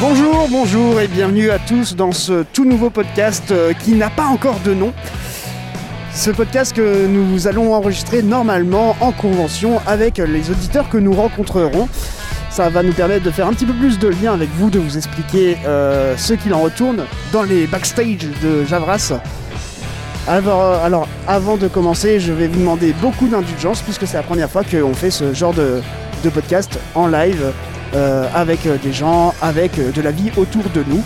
Bonjour, bonjour et bienvenue à tous dans ce tout nouveau podcast euh, qui n'a pas encore de nom. Ce podcast que nous allons enregistrer normalement en convention avec les auditeurs que nous rencontrerons. Ça va nous permettre de faire un petit peu plus de lien avec vous, de vous expliquer euh, ce qu'il en retourne dans les backstage de Javras. Alors, euh, alors, avant de commencer, je vais vous demander beaucoup d'indulgence puisque c'est la première fois qu'on fait ce genre de, de podcast en live euh, avec euh, des gens, avec euh, de la vie autour de nous.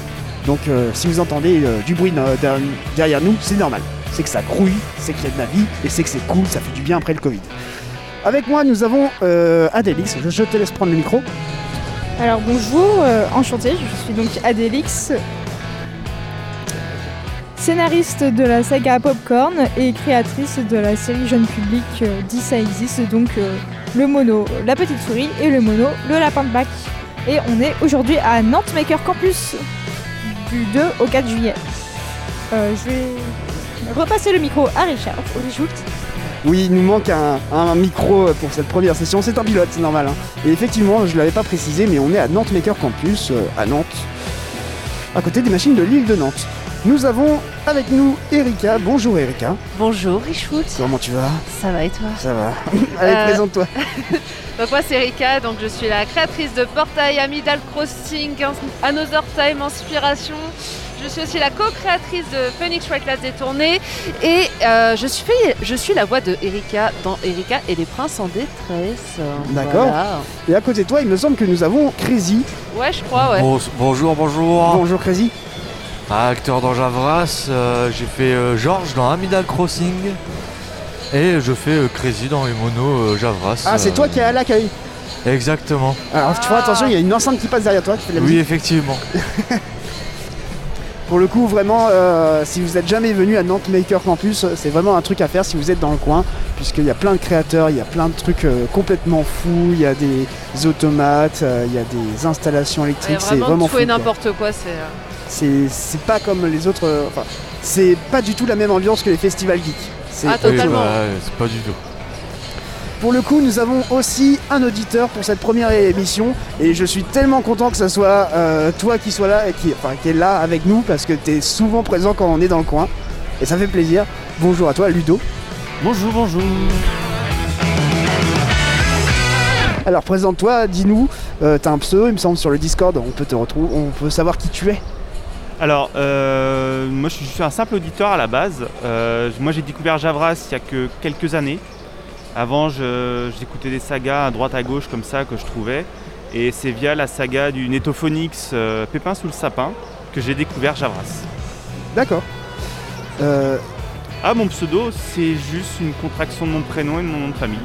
Donc euh, si vous entendez euh, du bruit euh, der- derrière nous, c'est normal. C'est que ça grouille, c'est qu'il y a de la vie et c'est que c'est cool, ça fait du bien après le Covid. Avec moi, nous avons euh, Adélix. Je, je te laisse prendre le micro. Alors bonjour, euh, enchantée, je suis donc Adélix, scénariste de la saga Popcorn et créatrice de la série jeune public euh, Dis ça existe, donc euh, le mono La Petite Souris et le mono Le Lapin de Bac. Et on est aujourd'hui à Nantes Maker Campus du 2 au 4 juillet. Euh, je vais repasser le micro à Richard, au Richoult. Oui, il nous manque un, un micro pour cette première session. C'est un pilote, c'est normal. hein. Et effectivement, je ne l'avais pas précisé, mais on est à Nantes Maker Campus, euh, à Nantes, à côté des machines de l'île de Nantes. Nous avons avec nous Erika. Bonjour Erika. Bonjour Richwood, Comment tu vas ça va et toi Ça va. Allez, Euh, présente-toi. Donc moi c'est Erika, donc je suis la créatrice de Portail Amidal Crossing, Ins- Another Time Inspiration. Je suis aussi la co-créatrice de Phoenix White Labs Détourné et euh, je, suis, je suis la voix de Erika dans Erika et les princes en détresse. D'accord. Voilà. Et à côté de toi, il me semble que nous avons Crazy. Ouais, je crois, ouais. Bon- bonjour, bonjour. Bonjour Crazy. Ah, acteur dans Javras, euh, j'ai fait euh, Georges dans Amidal Crossing. Et je fais euh, Crazy dans Emono euh, Javras. Ah, c'est euh, toi qui es à l'accueil. Exactement. Alors, tu vois, Ah. attention, il y a une enceinte qui passe derrière toi qui fait de la Oui, musique. effectivement. Pour le coup, vraiment, euh, si vous êtes jamais venu à Nantes Maker Campus, euh, c'est vraiment un truc à faire si vous êtes dans le coin, puisqu'il y a plein de créateurs, il y a plein de trucs euh, complètement fous, il y a des automates, euh, il y a des installations Il y a électriques, c'est vraiment vraiment, tout fou, et quoi. n'importe quoi. c'est, euh, C'est c'est pas comme les autres. euh, Enfin, c'est pas du tout la même ambiance que les festivals geeks. C'est Ah, Totalement. Oui, bah, c'est pas du tout. Pour le coup, nous avons aussi un auditeur pour cette première émission et je suis tellement content que ce soit euh, toi qui sois là et qui, enfin, qui est là avec nous parce que tu es souvent présent quand on est dans le coin et ça fait plaisir. Bonjour à toi, Ludo. Bonjour, bonjour. Alors présente-toi, dis-nous, euh, t'as un pseudo, il me semble, sur le Discord, on peut te retrouver, on peut savoir qui tu es. Alors, euh, moi je suis un simple auditeur à la base. Euh, moi j'ai découvert Javras il y a que quelques années. Avant, je- j'écoutais des sagas à droite à gauche comme ça que je trouvais. Et c'est via la saga du Netophonix euh, Pépin sous le sapin que j'ai découvert Javras. D'accord. Euh, Ah, mon pseudo, c'est juste une contraction de mon prénom et de mon nom de famille.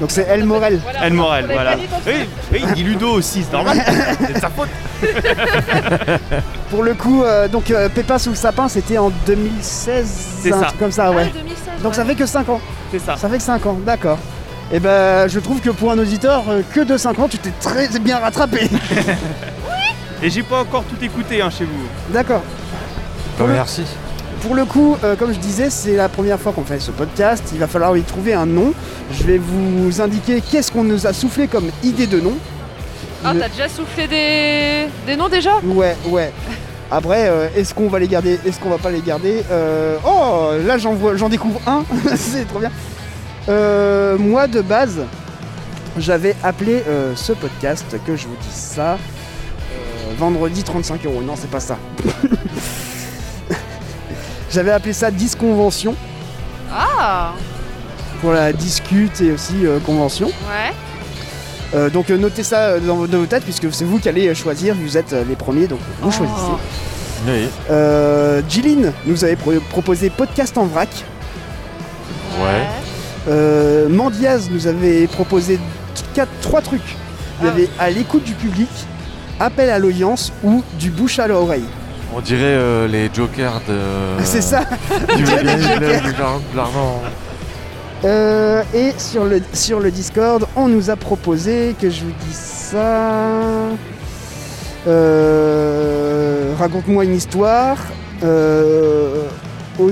donc c'est El Morel. Elle Morel, on l'avait voilà. pas dit dans ce Oui, oui, il dit Ludo aussi, c'est normal. c'est de sa faute. Pour le coup, euh, donc euh, Pépin sous le sapin, c'était en 2016, C'est un ça. truc comme ça, Ah, ouais. 2016, Donc ça ouais. fait que 5 ans. C'est ça. Ça fait que 5 ans, d'accord. Et ben, je trouve que pour un auditeur euh, que de 5 ans, tu t'es très bien rattrapé. Et j'ai pas encore tout écouté hein, chez vous. d'accord. Bah, le- merci. Pour le coup, euh, comme je disais, c'est la première fois qu'on fait ce podcast. Il va falloir y trouver un nom. Je vais vous indiquer qu'est-ce qu'on nous a soufflé comme idée de nom. Ah, t'as déjà soufflé des, des noms déjà Ouais, ouais. Après, euh, est-ce qu'on va les garder Est-ce qu'on va pas les garder Euh, Oh, là j'en vois, j'en découvre un. c'est trop bien. Euh, moi de base, j'avais appelé euh, ce podcast que je vous dis ça. euh, vendredi 35 euros. Non, c'est pas ça. j'avais appelé ça Disconvention Ah, pour la discute et aussi euh, convention. ouais. Euh, donc euh, notez ça euh, dans, vos- dans vos têtes puisque c'est vous qui allez euh, choisir. Vous êtes euh, les premiers, donc vous Oh. choisissez. Oui. Euh, Jilin nous avait pro- proposé Podcast en vrac. Ouais. Euh, Mandiaz nous avait proposé quatre, trois trucs. Il y Ah. avait à l'écoute du public, appel à l'audience ou du bouche à l'oreille. On dirait euh, les Jokers de. euh, C'est ça. Du dirait les Jokers. de l'ar- de l'argent. Euh, et sur le, sur le Discord, on nous a proposé que je vous dise ça. Euh, Raconte-moi une histoire. Euh, au-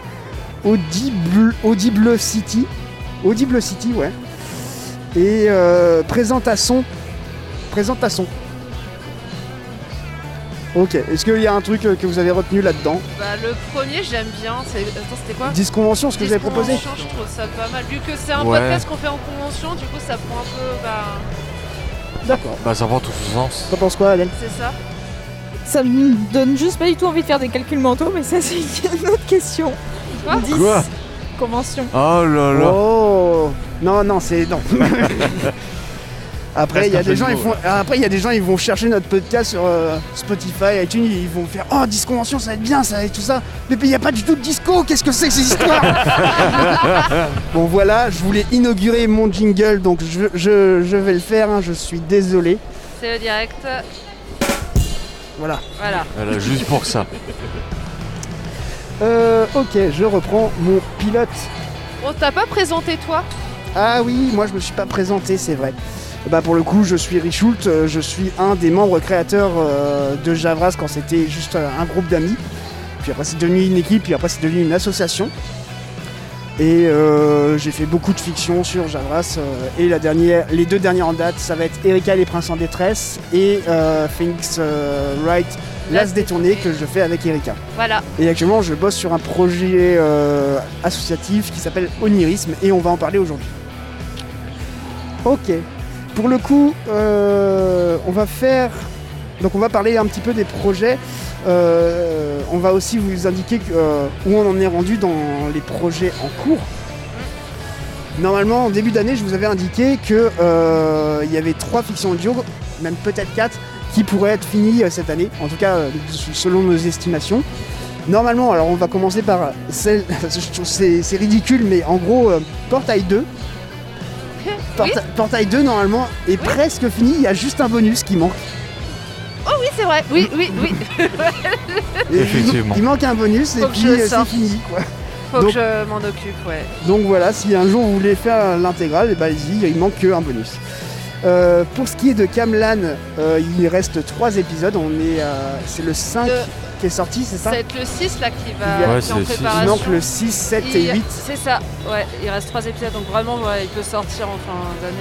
Audible, Audible City. Audible City, ouais. Et euh, présentation présentation. Ok, est-ce qu'il y a un truc euh, que vous avez retenu là-dedans Bah, le premier, j'aime bien. C'est- Attends, c'était quoi Disconvention, ce que vous avez proposé Disconvention, Je trouve ça pas mal. Vu que c'est un Ouais. podcast qu'on fait en convention, du coup, ça prend un peu. Bah, D'accord. Bah ça prend tout son sens. T'en penses quoi, Adèle c'est ça. Ça me donne juste pas du tout envie de faire des calculs mentaux, mais ça c'est une autre question. Quoi 10 Quoi conventions. Oh là là Oh Non, non, c'est. Non. Après, il y a Reste un des jeu gens, de ils mots, font. Après, il y a des gens, ils vont chercher notre podcast sur euh, Spotify, iTunes, ils vont faire oh disconvention, ça va être bien, ça va être tout ça. Mais puis il n'y a pas du tout de disco. Qu'est-ce que c'est que ces histoires Bon voilà, je voulais inaugurer mon jingle, donc je, je- je vais le faire. hein, je suis désolé. C'est le direct. Voilà. Voilà. Elle a juste pour ça. Euh, ok, je reprends mon pilote. On t'a pas présenté, toi Ah oui, moi je me suis pas présenté, c'est vrai. Bah pour le coup, je suis Richoult, euh, je suis un des membres créateurs euh, de Javras quand c'était juste euh, un groupe d'amis. Puis après c'est devenu une équipe, puis après c'est devenu une association. Et euh, j'ai fait beaucoup de fiction sur Javras. euh, et la dernière, les deux dernières en date, ça va être Erika et les Princes en détresse et euh, Phoenix euh, Wright, L'As détourné que je fais avec Erika. Voilà. Et actuellement, je bosse sur un projet euh, associatif qui s'appelle Onirisme et on va en parler aujourd'hui. Ok. Pour le coup, euh, on va faire. Donc, on va parler un petit peu des projets. Euh, on va aussi vous indiquer que, euh, où on en est rendu dans les projets en cours. Normalement, en début d'année, je vous avais indiqué que euh, il y avait trois fictions audio, même peut-être quatre, qui pourraient être finies euh, cette année, en tout cas euh, selon nos estimations. Normalement, alors on va commencer par celle. je trouve c'est c'est ridicule, mais en gros, euh, Portail 2. Oui, Porta- Portail 2, normalement, est presque fini. Il y a juste un bonus qui manque. oui c'est vrai. Oui, oui, oui. Et Effectivement. Il manque un bonus et Faut que puis je euh, le c'est sorte. fini. Quoi. Faut Donc- que je m'en occupe, ouais. Donc voilà, si un jour vous voulez faire l'intégrale, eh ben, allez-y, il manque qu'un bonus. Euh, pour ce qui est de Kamlan, euh, il reste 3 épisodes. On est, euh, c'est le 5 Le- qui est sorti, c'est Ça ça va être le 6 là qui Il y va a- Ouais, qui est c'est en le six. Il préparation. manque le 6, 7 Il- et 8. C'est ça, ouais, il reste 3 épisodes donc vraiment ouais, il peut sortir en fin d'année.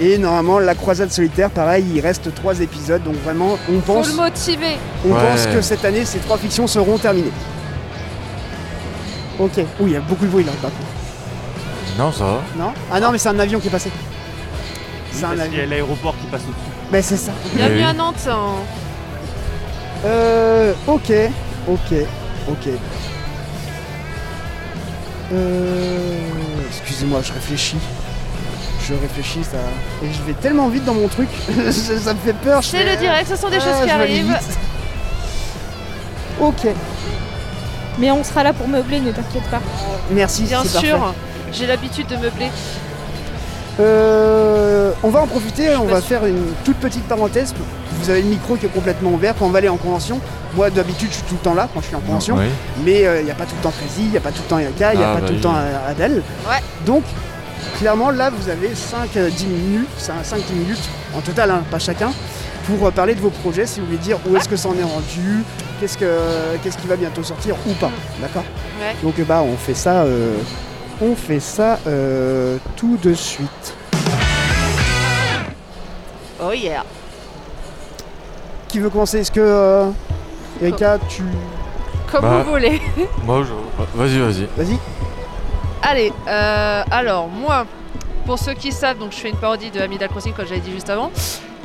euh. Et normalement, la croisade solitaire, pareil, il reste trois épisodes. Donc vraiment, on pense, Faut le motiver. on Ouais. pense que cette année, ces trois fictions seront terminées. Ok. Ouh, il y a beaucoup de bruit là, par contre. Non ça va. Non Ah non, mais c'est un avion qui est passé. C'est un Parce qu'il y avion. a l'aéroport qui passe au-dessus. Mais c'est ça. Bienvenue Eh oui. à Nantes. hein. Euh, ok, ok, ok. Euh, Excusez-moi, je réfléchis. Je réfléchis, ça. Et je vais tellement vite dans mon truc, ça me fait peur. je C'est fais- le direct, ce sont des Ah, choses qui je vais aller arrivent. vite. Ok, Mais on sera là pour meubler, ne t'inquiète pas. merci. Bien c'est sûr, parfait. j'ai l'habitude de meubler. Euh, on va en profiter, on suis va pas sûre. faire une toute petite parenthèse. Vous avez le micro qui est complètement ouvert quand on va aller en convention. Moi d'habitude je suis tout le temps là quand je suis en convention, Oui. mais euh, il n'y a pas tout le temps Crazy, il n'y a pas tout le temps Yaka, il n'y a Ah, pas bah tout le oui. temps euh, Adèle. Ouais. Donc clairement là vous avez 5-10 minutes, 5-10 minutes en total, hein, pas chacun, pour euh, parler de vos projets, si vous voulez dire où est-ce que ça en est rendu, qu'est-ce, que, qu'est-ce qui va bientôt sortir ou pas. D'accord Ouais. Donc euh, bah on fait ça, euh, on fait ça euh, tout de suite. Oh yeah. Qui veut commencer Est-ce que euh, Erika, tu Comme Bah. vous voulez. Moi je. Vas-y, vas-y. vas-y Allez, euh, alors moi, pour ceux qui savent, donc je fais une parodie de Amidal Crossing comme j'avais dit juste avant.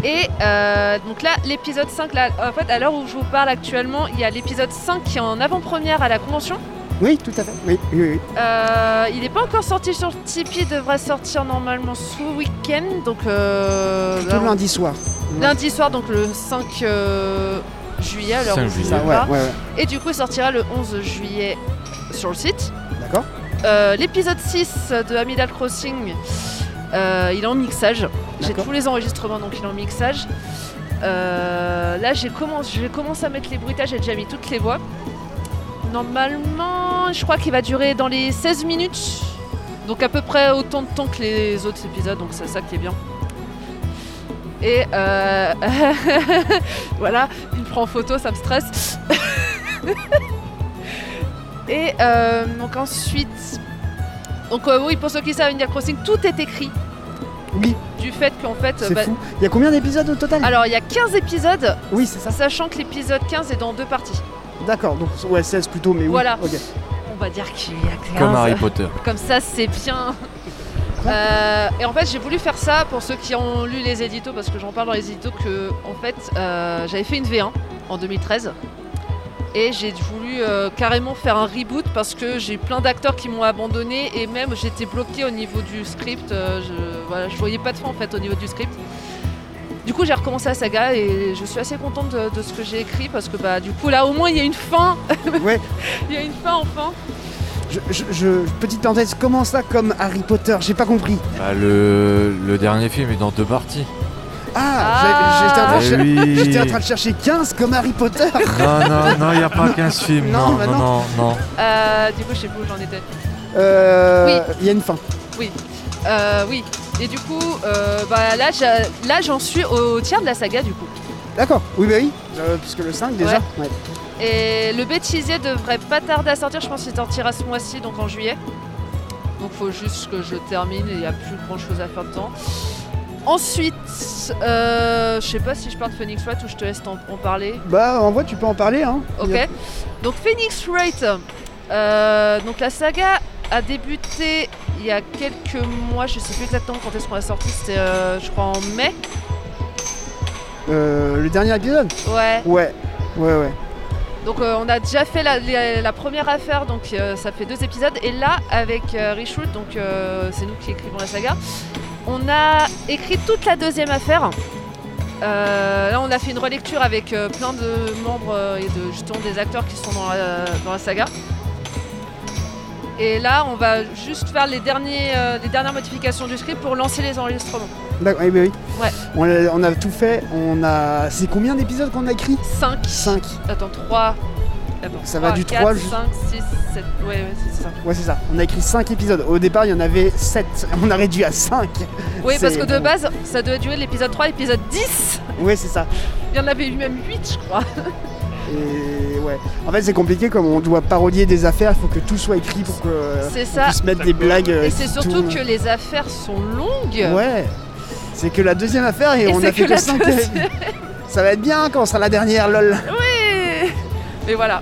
Et euh, donc là, l'épisode 5, là, en fait, à l'heure où je vous parle actuellement, il y a l'épisode 5 qui est en avant-première à la convention. Oui, tout à fait. Oui, oui, oui. Euh, il n'est pas encore sorti sur Tipeee, il devrait sortir normalement ce week-end. Donc euh, Plutôt là, on- lundi soir. lundi soir, donc le 5 euh, juillet, à l'heure 5 où je vous juillet. Ça, parle. ouais, ouais, ouais. Et du coup, il sortira le 11 juillet sur le site. D'accord. Euh, L'épisode 6 de Amidal Crossing, euh, il est en mixage. J'ai D'accord. tous les enregistrements, donc il est en mixage. Euh, là, j'ai commencé, commencé à mettre les bruitages, j'ai déjà mis toutes les voix. Normalement, je crois qu'il va durer dans les 16 minutes. Donc à peu près autant de temps que les autres épisodes, donc c'est ça qui est bien. Et euh, voilà, il me prend en photo, ça me stresse. Et euh, donc ensuite, donc euh, oui, pour ceux qui savent, Indian Crossing, tout est écrit. Oui. Du du fait qu'en fait. euh, C'est bah, fou. Il y a combien d'épisodes au total alors il y a 15 épisodes, Oui, c'est ça. sachant que l'épisode 15 est dans deux parties. D'accord, donc ouais, 16 plutôt, mais oui. Voilà. ok. On va dire qu'il y a 15. Comme Harry Potter. Comme ça, c'est bien. Euh, et en fait, j'ai voulu faire ça pour ceux qui ont lu les éditos, parce que j'en parle dans les éditos, que en fait, euh, j'avais fait une V1 en 2013. Et j'ai voulu euh, carrément faire un reboot parce que j'ai eu plein d'acteurs qui m'ont abandonné et même j'étais bloquée au niveau du script. euh, je, voilà, je voyais pas de fin en fait au niveau du script. Du coup, j'ai recommencé la saga et je suis assez contente de, de ce que j'ai écrit parce que bah, du coup, là au moins il y a une fin. Ouais. il y a une fin enfin. Je, je, je- petite parenthèse, comment ça comme Harry Potter J'ai pas compris. Bah, le, le dernier film est dans deux parties. Ah, j'ai- j'étais en train de cher- Eh oui. j'étais en train de chercher 15 comme Harry Potter. Non, non, non, il n'y a pas 15 films. Non, Non, bah non, non, non. Euh, du coup, je sais plus où j'en étais. Euh, Il y a une fin. Euh, oui. Et du coup, euh, bah, là, j'a- là, j'en suis au tiers de la saga, du coup. D'accord, oui, bah oui, euh, puisque le 5 déjà. Ouais. Et le bêtisier devrait pas tarder à sortir. Je pense qu'il sortira ce mois-ci, donc en juillet. Donc, faut juste que je termine. Il n'y a plus grand chose à faire dedans. Ensuite, euh, je sais pas si je parle de Phoenix Wright ou je te laisse en, en parler. Bah, en vrai, tu peux en parler. Hein. Y a- Ok. Donc Phoenix Wright. euh, donc la saga a débuté il y a quelques mois. Je sais plus exactement quand est-ce qu'on l'a sorti. C'était, euh, je crois, en mai. Euh, le dernier épisode Ouais. Ouais, ouais, ouais. Donc euh, on a déjà fait la, la- la première affaire, donc euh, ça fait deux épisodes. Et là, avec euh, Reshoot, donc euh, c'est nous qui écrivons la saga, on a écrit toute la deuxième affaire. Euh, là, on a fait une relecture avec euh, plein de membres euh, et de justement des acteurs qui sont dans la, dans la saga. Et là, on va juste faire les, derniers, euh, les dernières modifications du script pour lancer les enregistrements. D'accord, oui, bah oui. Ouais. On, a, on a tout fait, on a. C'est combien d'épisodes qu'on a écrit 5, 5. attends, Euh, 3, Ça va du 3 jus- 5, 6, 7, ouais, ouais, c'est- c'est ça. Ouais, c'est ça. On a écrit 5 épisodes. Au départ, il y en avait 7. On a réduit à 5. Oui, C'est- parce que de base, ça devait durer de l'épisode 3 à l'épisode 10. Ouais, c'est ça. Il y en avait eu même 8, je crois. Et ouais. En fait, c'est compliqué comme on doit parodier des affaires, il faut que tout soit écrit pour que euh, C'est on ça. puisse mettre des blagues. euh, Et c'est qui surtout tournent. que les affaires sont longues. Ouais. C'est que la deuxième affaire et, Et on c'est a fait que que la 5 deuxième. Ça va être bien quand on sera la dernière, lol. Et- Mais voilà.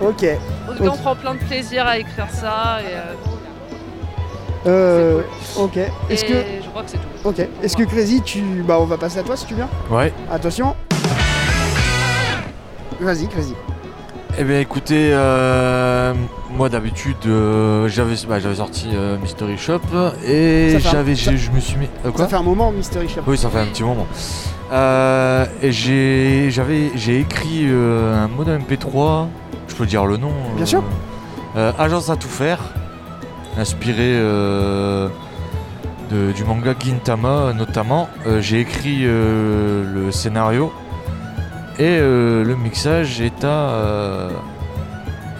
Ok. En tout cas, on prend plein de plaisir à écrire ça. Et, euh, Euh, ok. Est-ce que et je crois que c'est tout. Ok. Est-ce que Crazy, tu. Bah, on va passer à toi si tu veux. Ouais. Attention. Vas-y, Crazy. Eh bien, écoutez, euh, moi d'habitude, euh, j'avais bah, j'avais sorti euh, Mystery Shop et Ça fait un- j'avais, ça- j'ai- je me suis mis. euh, quoi Ça fait un moment, Mystery Shop. Oui, ça fait un petit moment. Euh, et j'ai, j'avais, j'ai écrit euh, un modem MP3. Je peux dire le nom. Bien sûr. euh, Agence à tout faire, inspiré euh, de- du manga Gintama notamment. Euh, j'ai écrit euh, le scénario et euh, le mixage est à euh,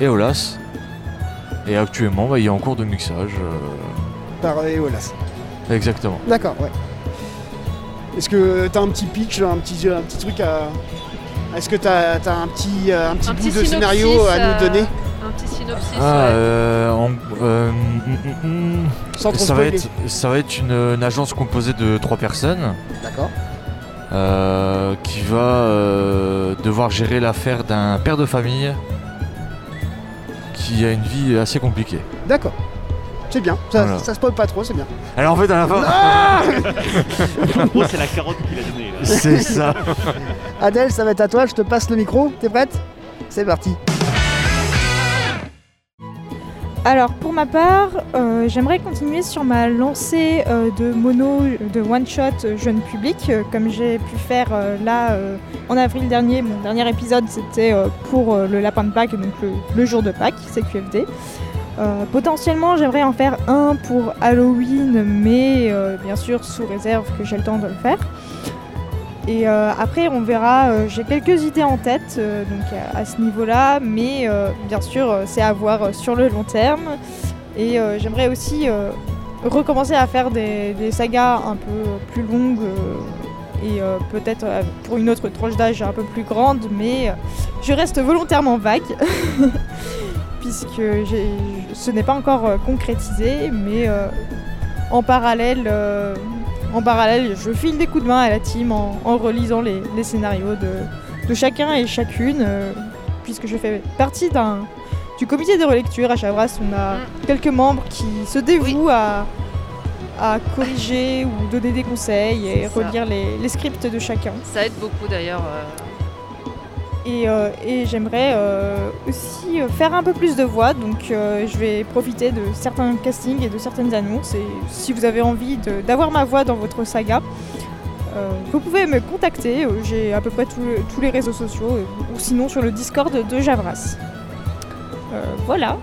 Eolas. Et actuellement, bah, il est en cours de mixage. euh, Par Eolas. exactement. D'accord, ouais. Est-ce que t'as un petit pitch, un petit, un petit truc à. Est-ce que t'as t'as un petit, euh, un petit Un bout petit de synopsis, scénario à nous euh, donner Un petit synopsis. Ah, ouais. euh, en- euh, mm, mm, mm. Sans trop ça va spoiler. être ça va être une, une agence composée de trois personnes D'accord. euh, qui va euh, devoir gérer l'affaire d'un père de famille qui a une vie assez compliquée. D'accord. C'est bien. Ça, Voilà. ça spoil pas trop, c'est bien. Alors en fait à la fin, Ah En gros, c'est la carotte qu'il a donnée. là. c'est ça. Adèle, ça va être à toi, je te passe le micro. T'es prête C'est parti. Alors pour ma part, euh, j'aimerais continuer sur ma lancée euh, de mono, de one shot euh, jeune public, euh, comme j'ai pu faire euh, là euh, en avril dernier. Mon dernier épisode c'était euh, pour euh, le lapin de Pâques, donc le, le jour de Pâques, c'est QFD. Euh, potentiellement j'aimerais en faire un pour Halloween, mais euh, bien sûr sous réserve que j'ai le temps de le faire. Et euh, après, on verra. euh, J'ai quelques idées en tête, euh, donc à, à ce niveau-là, mais euh, bien sûr, euh, c'est à voir euh, sur le long terme. Et euh, j'aimerais aussi euh, recommencer à faire des, des sagas un peu plus longues euh, et euh, peut-être euh, pour une autre tranche d'âge un peu plus grande, mais euh, je reste volontairement vague puisque j'ai- ce n'est pas encore euh, concrétisé, mais euh, en parallèle. euh, en parallèle, je file des coups de main à la team en, en relisant les, les scénarios de, de chacun et chacune, euh, puisque je fais partie d'un du comité de relecture à Chavras. On a Mm. quelques membres qui se dévouent à, à corriger ou donner des conseils et C'est ça. relire les, les scripts de chacun. Ça aide beaucoup d'ailleurs. euh. Et, euh, et j'aimerais euh, aussi euh, faire un peu plus de voix, donc euh, je vais profiter de certains castings et de certaines annonces. Et si vous avez envie de- d'avoir ma voix dans votre saga, euh, vous pouvez me contacter. Euh, J'ai à peu près tous le- tous les réseaux sociaux, euh, ou sinon sur le Discord de Javras. Euh, voilà.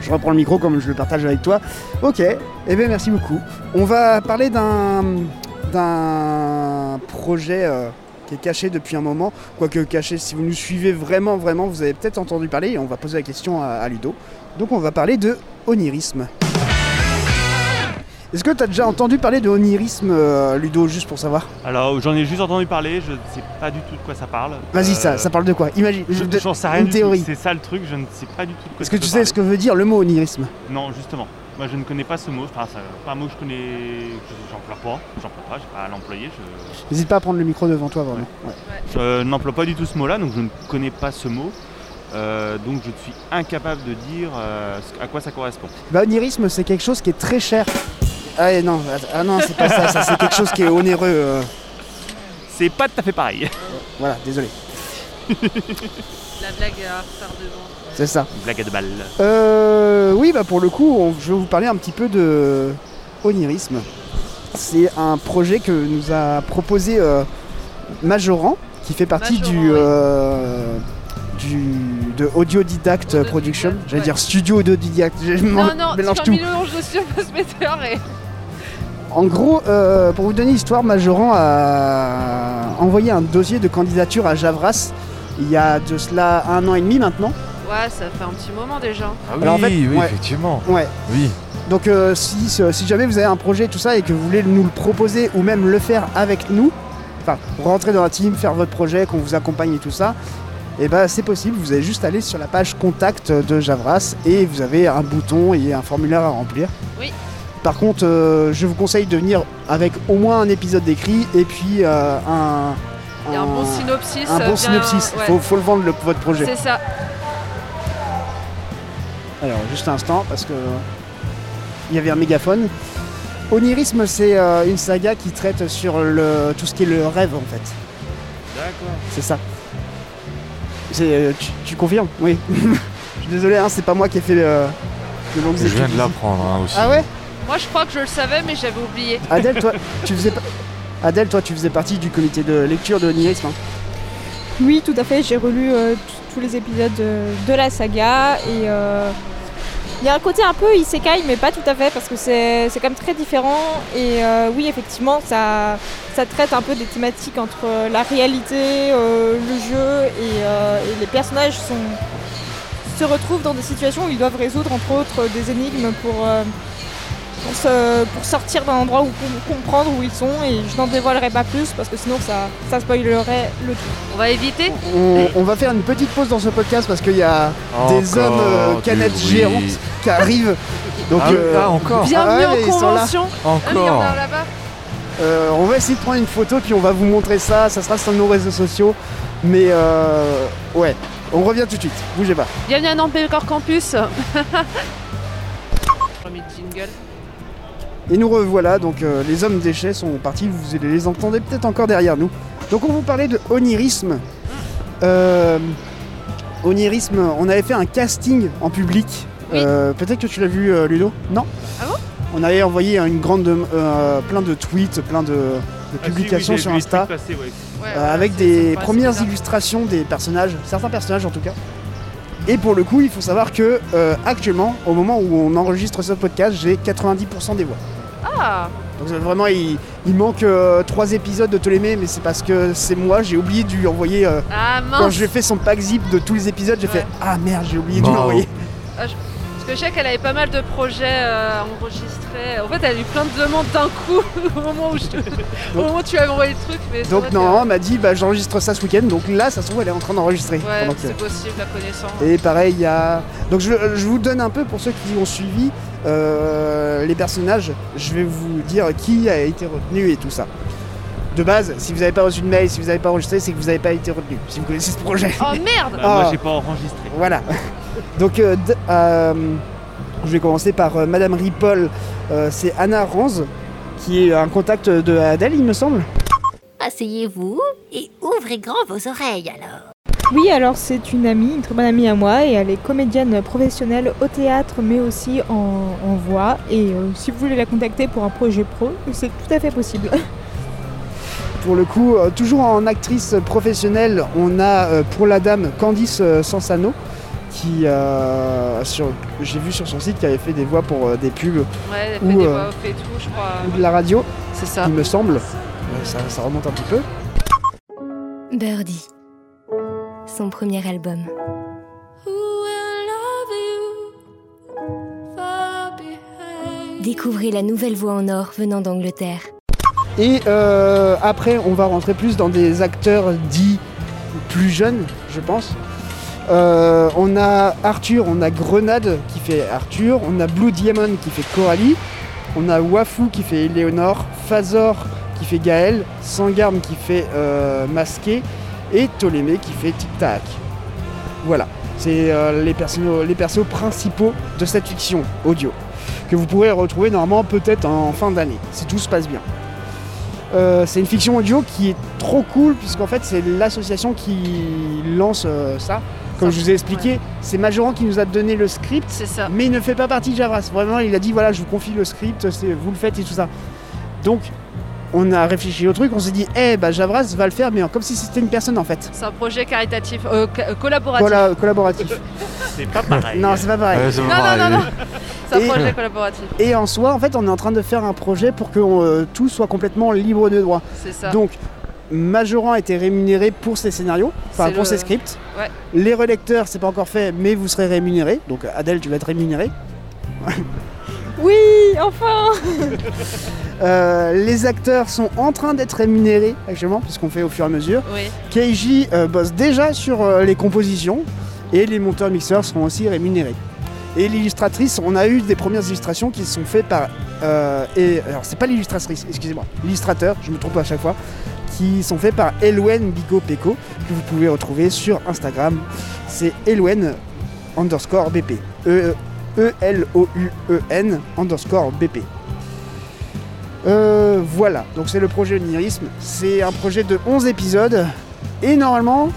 Je reprends le micro comme je le partage avec toi. Ok, eh bien merci beaucoup. On va parler d'un d'un projet euh, qui est caché depuis un moment. Quoique caché, si vous nous suivez vraiment, vraiment, vous avez peut-être entendu parler et on va poser la question à, à Ludo. Donc on va parler de onirisme. Est-ce que tu as déjà entendu parler de onirisme, euh, Ludo, juste pour savoir Alors j'en ai juste entendu parler, je ne sais pas du tout de quoi ça parle. Vas-y, Euh, ça, ça parle de quoi Imagine. Je de- j'en sais rien une du tout. théorie. C'est ça le truc, je ne sais pas du tout de quoi Est-ce ça que tu peut sais ce que veut dire le mot onirisme parler. Non, justement. Moi je ne connais pas ce mot, enfin c'est pas un mot que je connais, que j'emploie pas, j'emploie pas, j'ai pas à l'employer, je, N'hésite pas à prendre le micro devant toi, vraiment. Ouais. Je euh, n'emploie pas du tout ce mot-là, donc je ne connais pas ce mot. Euh, donc je suis incapable de dire euh, ce- à quoi ça correspond. Bah, onirisme, c'est quelque chose qui est très cher. Ah et non, att- ah non, c'est pas ça, ça, c'est quelque chose qui est onéreux. euh, C'est pas tout à fait pareil. Voilà, désolé, La blague à faire devant. c'est ça. Blague à deux balles. Euh, oui, bah pour le coup, on- je vais vous parler un petit peu de onirisme. C'est un projet que nous a proposé euh, Majoran, qui fait partie Majoran, du, oui. euh, du de Audiodidacte Audiodidacte, Production. J'allais ouais. dire studio Audiodidacte, je Non, m'en- non, mélange sur tout. Milo, je suis pas ce metteur et En gros, euh, pour vous donner l'histoire, Majoran a envoyé un dossier de candidature à Javras il y a de cela un an et demi maintenant. Ouais, ça fait un petit moment déjà. Ah oui, Alors, en fait, oui, ouais. effectivement. Ouais. Oui. Donc euh, si, si jamais vous avez un projet, tout ça, et que vous voulez nous le proposer ou même le faire avec nous, enfin, rentrer dans la team, faire votre projet, qu'on vous accompagne et tout ça, et ben c'est possible, vous allez juste aller sur la page contact de Javras et vous avez un bouton et un formulaire à remplir. Oui. Par contre, euh, je vous conseille de venir avec au moins un épisode d'écrit et puis euh, un, Il y a un bon synopsis. Ah. un euh, bon bien- synopsis. ouais, Faut, faut le vendre le- votre projet. C'est ça. Alors, juste un instant, parce que il y avait un mégaphone. Onirisme, c'est euh, une saga qui traite sur le, tout ce qui est le rêve, en fait. D'accord. C'est ça. C'est, euh, tu, tu confirmes Oui. Je suis désolé, hein, c'est pas moi qui ai fait le, le long Je viens de l'apprendre hein, aussi. Ah ouais Moi, je crois que je le savais, mais j'avais oublié. Adèle, toi, tu faisais pas... Adèle, toi, tu faisais partie du comité de lecture de Onirisme. hein. Oui, tout à fait. J'ai relu euh, t- tous les épisodes euh, de, la saga et euh, il y a un côté un peu isekai, mais pas tout à fait parce que c'est c'est quand même très différent. Et euh, oui, effectivement, ça, ça traite un peu des thématiques entre euh, la réalité, euh, le jeu et, euh, et les personnages sont, se retrouvent dans des situations où ils doivent résoudre entre autres des énigmes pour. euh, pour, se- pour sortir d'un endroit où pour comprendre où ils sont et je n'en dévoilerai pas plus parce que sinon ça, ça spoilerait le On va éviter. On, on va faire une petite pause dans ce podcast parce qu'il y a des Encore hommes euh, du canettes bruit. géantes qui arrivent. Donc, Ah, oui, euh, ah, encore Bienvenue Ah ouais, en ils sont là. convention. Ah, mais il y en Encore a là-bas. Euh, on va essayer de prendre une photo puis on va vous montrer ça, ça sera sur nos réseaux sociaux. Mais euh, ouais, on revient tout de suite, bougez pas. Bienvenue à Nantes Corps Campus. Premier jingle. Et nous revoilà, donc euh, les hommes déchets sont partis, vous allez les entendez peut-être encore derrière nous. Donc on vous parlait de onirisme. Euh, onirisme, on avait fait un casting en public. Oui. Euh, peut-être que tu l'as vu euh, Ludo Non Ah bon On avait envoyé une grande, euh, plein de tweets, plein de, de Ah, publications sur Insta. Ouais, Euh, ouais, avec c'est- des c'est pas- premières c'est bizarre. illustrations des personnages, certains personnages en tout cas. Et pour le coup, il faut savoir que euh, actuellement, au moment où on enregistre ce podcast, j'ai 90% des voix. Ah, Donc euh, vraiment, il, il manque 3 épisodes de Ptolémée, mais c'est parce que c'est moi, j'ai oublié de lui envoyer. euh, ah quand mince. j'ai fait son pack zip de tous les épisodes, j'ai Ouais. fait Ah merde, j'ai oublié de Bravo. l'envoyer. Ah, je- Parce que je sais qu'elle avait pas mal de projets euh, enregistrés. En fait, elle a eu plein de demandes d'un coup au moment où, je... au moment où tu as envoyé le truc. Mais c'est vrai Donc que- non, elle m'a dit bah j'enregistre ça ce week-end, donc là ça se trouve elle est en train d'enregistrer. Ouais, pendant que- c'est possible, la connaissance. Et pareil, il y a. Donc je, je vous donne un peu pour ceux qui ont suivi euh, les personnages. Je vais vous dire qui a été retenu et tout ça. De base, si vous n'avez pas reçu de mail, si vous n'avez pas enregistré, c'est que vous n'avez pas été retenu. Si vous connaissez ce projet. Oh merde Bah, Ah. Moi j'ai pas enregistré. Voilà. Donc, euh, d- euh, je vais commencer par euh, Madame Ripoll. Euh, c'est Anna Ranz, qui est un contact de Adèle, il me semble. Asseyez-vous et ouvrez grand vos oreilles alors. Oui, alors c'est une amie, une très bonne amie à moi, et elle est comédienne professionnelle au théâtre, mais aussi en, en voix. Et euh, si vous voulez la contacter pour un projet pro, c'est tout à fait possible. Pour le coup, euh, toujours en actrice professionnelle, on a euh, pour la dame Candice euh, Sansano, qui, euh, sur- j'ai vu sur son site, qui avait fait des voix pour euh, des pubs Ouais, elle fait Ou, des euh, voix off et tout, je crois. ou de la radio, C'est ça. il me semble. Euh, Ça, ça remonte un petit peu. Birdie, son premier album. Découvrez la nouvelle voix en or venant d'Angleterre. Et euh, après, on va rentrer plus dans des acteurs dits plus jeunes, je pense. Euh, on a Arthur, on a Grenade qui fait Arthur, on a Blue Diamond qui fait Coralie, on a Wafu qui fait Eleonore, Fazor qui fait Gaël, Sangarm qui fait euh, Masqué et Ptolémée qui fait Tic Tac. Voilà, c'est euh, les, perso- les persos principaux de cette fiction audio que vous pourrez retrouver normalement peut-être en fin d'année, si tout se passe bien. Euh, c'est une fiction audio qui est trop cool puisqu'en fait c'est l'association qui lance euh, ça. Comme je vous ai expliqué, c'est Majoran qui nous a donné le script C'est ça. mais il ne fait pas partie de Javras. Vraiment, il a dit voilà, je vous confie le script, c'est- vous le faites et tout ça. Donc, on a réfléchi au truc, on s'est dit eh bah Javras va le faire, mais comme si c'était une personne en fait. C'est un projet caritatif, euh, ca- euh, collaboratif. Colla- collaboratif. C'est pas pareil. non, c'est pas pareil. Ouais, ça va Non, non, non, m'arriver. non. C'est un Et- projet collaboratif, Et en soi, en fait, on est en train de faire un projet pour que euh, tout soit complètement libre de droit. c'est ça. Donc, Majoran a été rémunéré pour ses scénarios, enfin C'est pour le- ses scripts. Ouais. Les relecteurs, c'est pas encore fait, mais vous serez rémunéré. Donc, Adèle, tu vas être rémunéré. Oui, enfin Euh, les acteurs sont en train d'être rémunérés actuellement, puisqu'on fait au fur et à mesure. Oui. Keiji euh, bosse déjà sur euh, les compositions et les monteurs mixeurs seront aussi rémunérés. Et l'illustratrice, on a eu des premières illustrations qui sont faites par. euh, et, alors, c'est pas l'illustratrice, excusez-moi, l'illustrateur, je me trompe à chaque fois, qui sont faits par Elwen Bigo Peko, que vous pouvez retrouver sur Instagram. C'est Elwen underscore BP. E- E-L-O-U-E-N E, underscore BP. Euh, voilà, donc c'est le projet Onirisme. C'est un projet de 11 épisodes. Et normalement,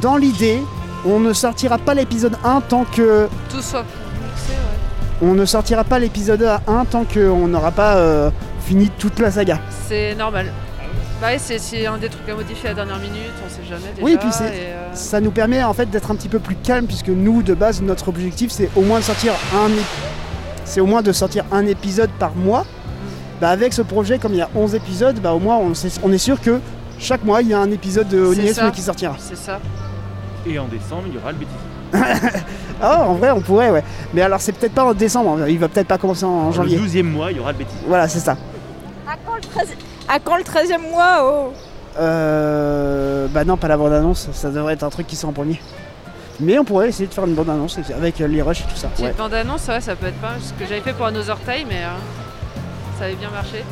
dans l'idée, on ne sortira pas l'épisode 1 tant que. Tout soit mixé, ouais. On ne sortira pas l'épisode 1 tant qu'on n'aura pas euh, fini toute la saga. C'est normal. Bah oui, c'est- c'est un des trucs à modifier à la dernière minute, on sait jamais déjà. Oui, et puis c'est- et, euh, Ça nous permet en fait d'être un petit peu plus calme puisque nous, de base, notre objectif c'est au moins de sortir un ép- c'est au moins de sortir un épisode par mois. Bah, avec ce projet, comme il y a 11 épisodes, bah, au moins on, sait- on est sûr que chaque mois il y a un épisode de C'est ça. Onirisme qui sortira. C'est ça. Et en décembre, il y aura le bêtisier. Ah, en vrai, on pourrait, ouais. Mais alors, c'est peut-être pas en décembre, hein. il va peut-être pas commencer en janvier. Le 12e mois, il y aura le bêtisier. Voilà, c'est ça. À quand le 13 e mois oh Euh. Bah non, pas la bande-annonce, ça devrait être un truc qui sort en premier. Mais on pourrait essayer de faire une bande-annonce avec euh, les rushs et tout ça. Petite Ouais. bande-annonce, ouais, ça peut être pas ce que j'avais fait pour Another Time, mais euh, ça avait bien marché.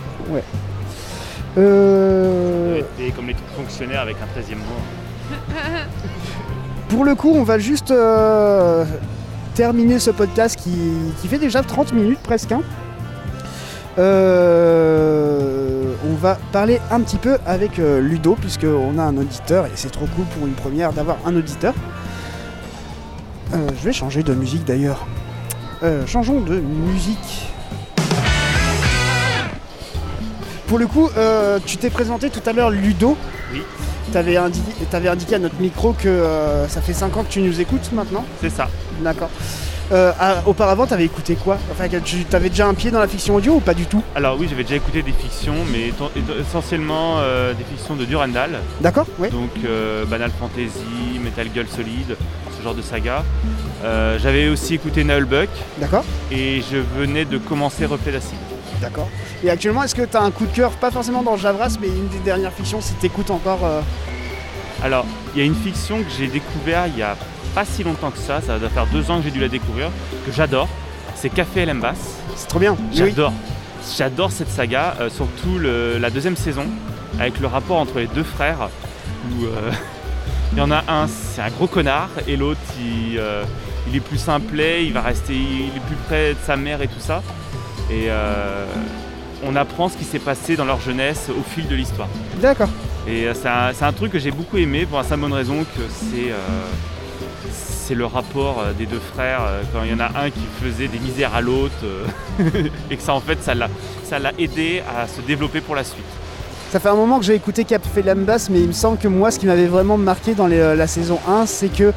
Euh. Et comme les fonctionnaires avec un 13e mois. Pour le coup, on va juste euh, terminer ce podcast qui, qui fait déjà 30 minutes presque. hein. Euh, on va parler un petit peu avec euh, Ludo, puisqu'on a un auditeur, et c'est trop cool pour une première d'avoir un auditeur. Euh, je vais changer de musique d'ailleurs. Euh, changeons de musique. Pour le coup, euh, tu t'es présenté tout à l'heure Ludo. Oui. T'avais indi- t'avais indiqué à notre micro que euh, ça fait 5 ans que tu nous écoutes maintenant. C'est ça. D'accord. Euh, a- auparavant, t'avais écouté quoi Enfin, que tu t'avais déjà un pied dans la fiction audio ou pas du tout Alors oui, j'avais déjà écouté des fictions, mais étant- étant- essentiellement euh, des fictions de Durandal, D'accord Oui. donc euh, Banal Fantasy, Metal Girl Solid, ce genre de saga. Euh, j'avais aussi écouté Nullbuck D'accord. et je venais de commencer Reflet d'Acide. D'accord. Et actuellement, est-ce que t'as un coup de cœur, pas forcément dans Javras, mais une des dernières fictions, si t'écoutes encore euh, Alors, il y a une fiction que j'ai découvert il y a pas si longtemps que ça, ça doit faire deux ans que j'ai dû la découvrir, que j'adore, c'est Café LM Bass. C'est trop bien. Mais Oui. J'adore. J'adore cette saga, euh, surtout le- la deuxième saison, avec le rapport entre les deux frères, où euh, il y en a un, c'est un gros connard, et l'autre, il, euh, il est plus simplet, il va rester, il est plus près de sa mère et tout ça. Et euh, on apprend ce qui s'est passé dans leur jeunesse au fil de l'histoire. D'accord. Et euh, c'est un, c'est un truc que j'ai beaucoup aimé pour la simple bonne raison que c'est euh, c'est le rapport euh, des deux frères euh, quand il y en a un qui faisait des misères à l'autre euh, et que ça en fait ça l'a ça l'a aidé à se développer pour la suite. Ça fait un moment que j'ai écouté Café Lambas, mais il me semble que moi, ce qui m'avait vraiment marqué dans les, euh, la saison 1, c'est que,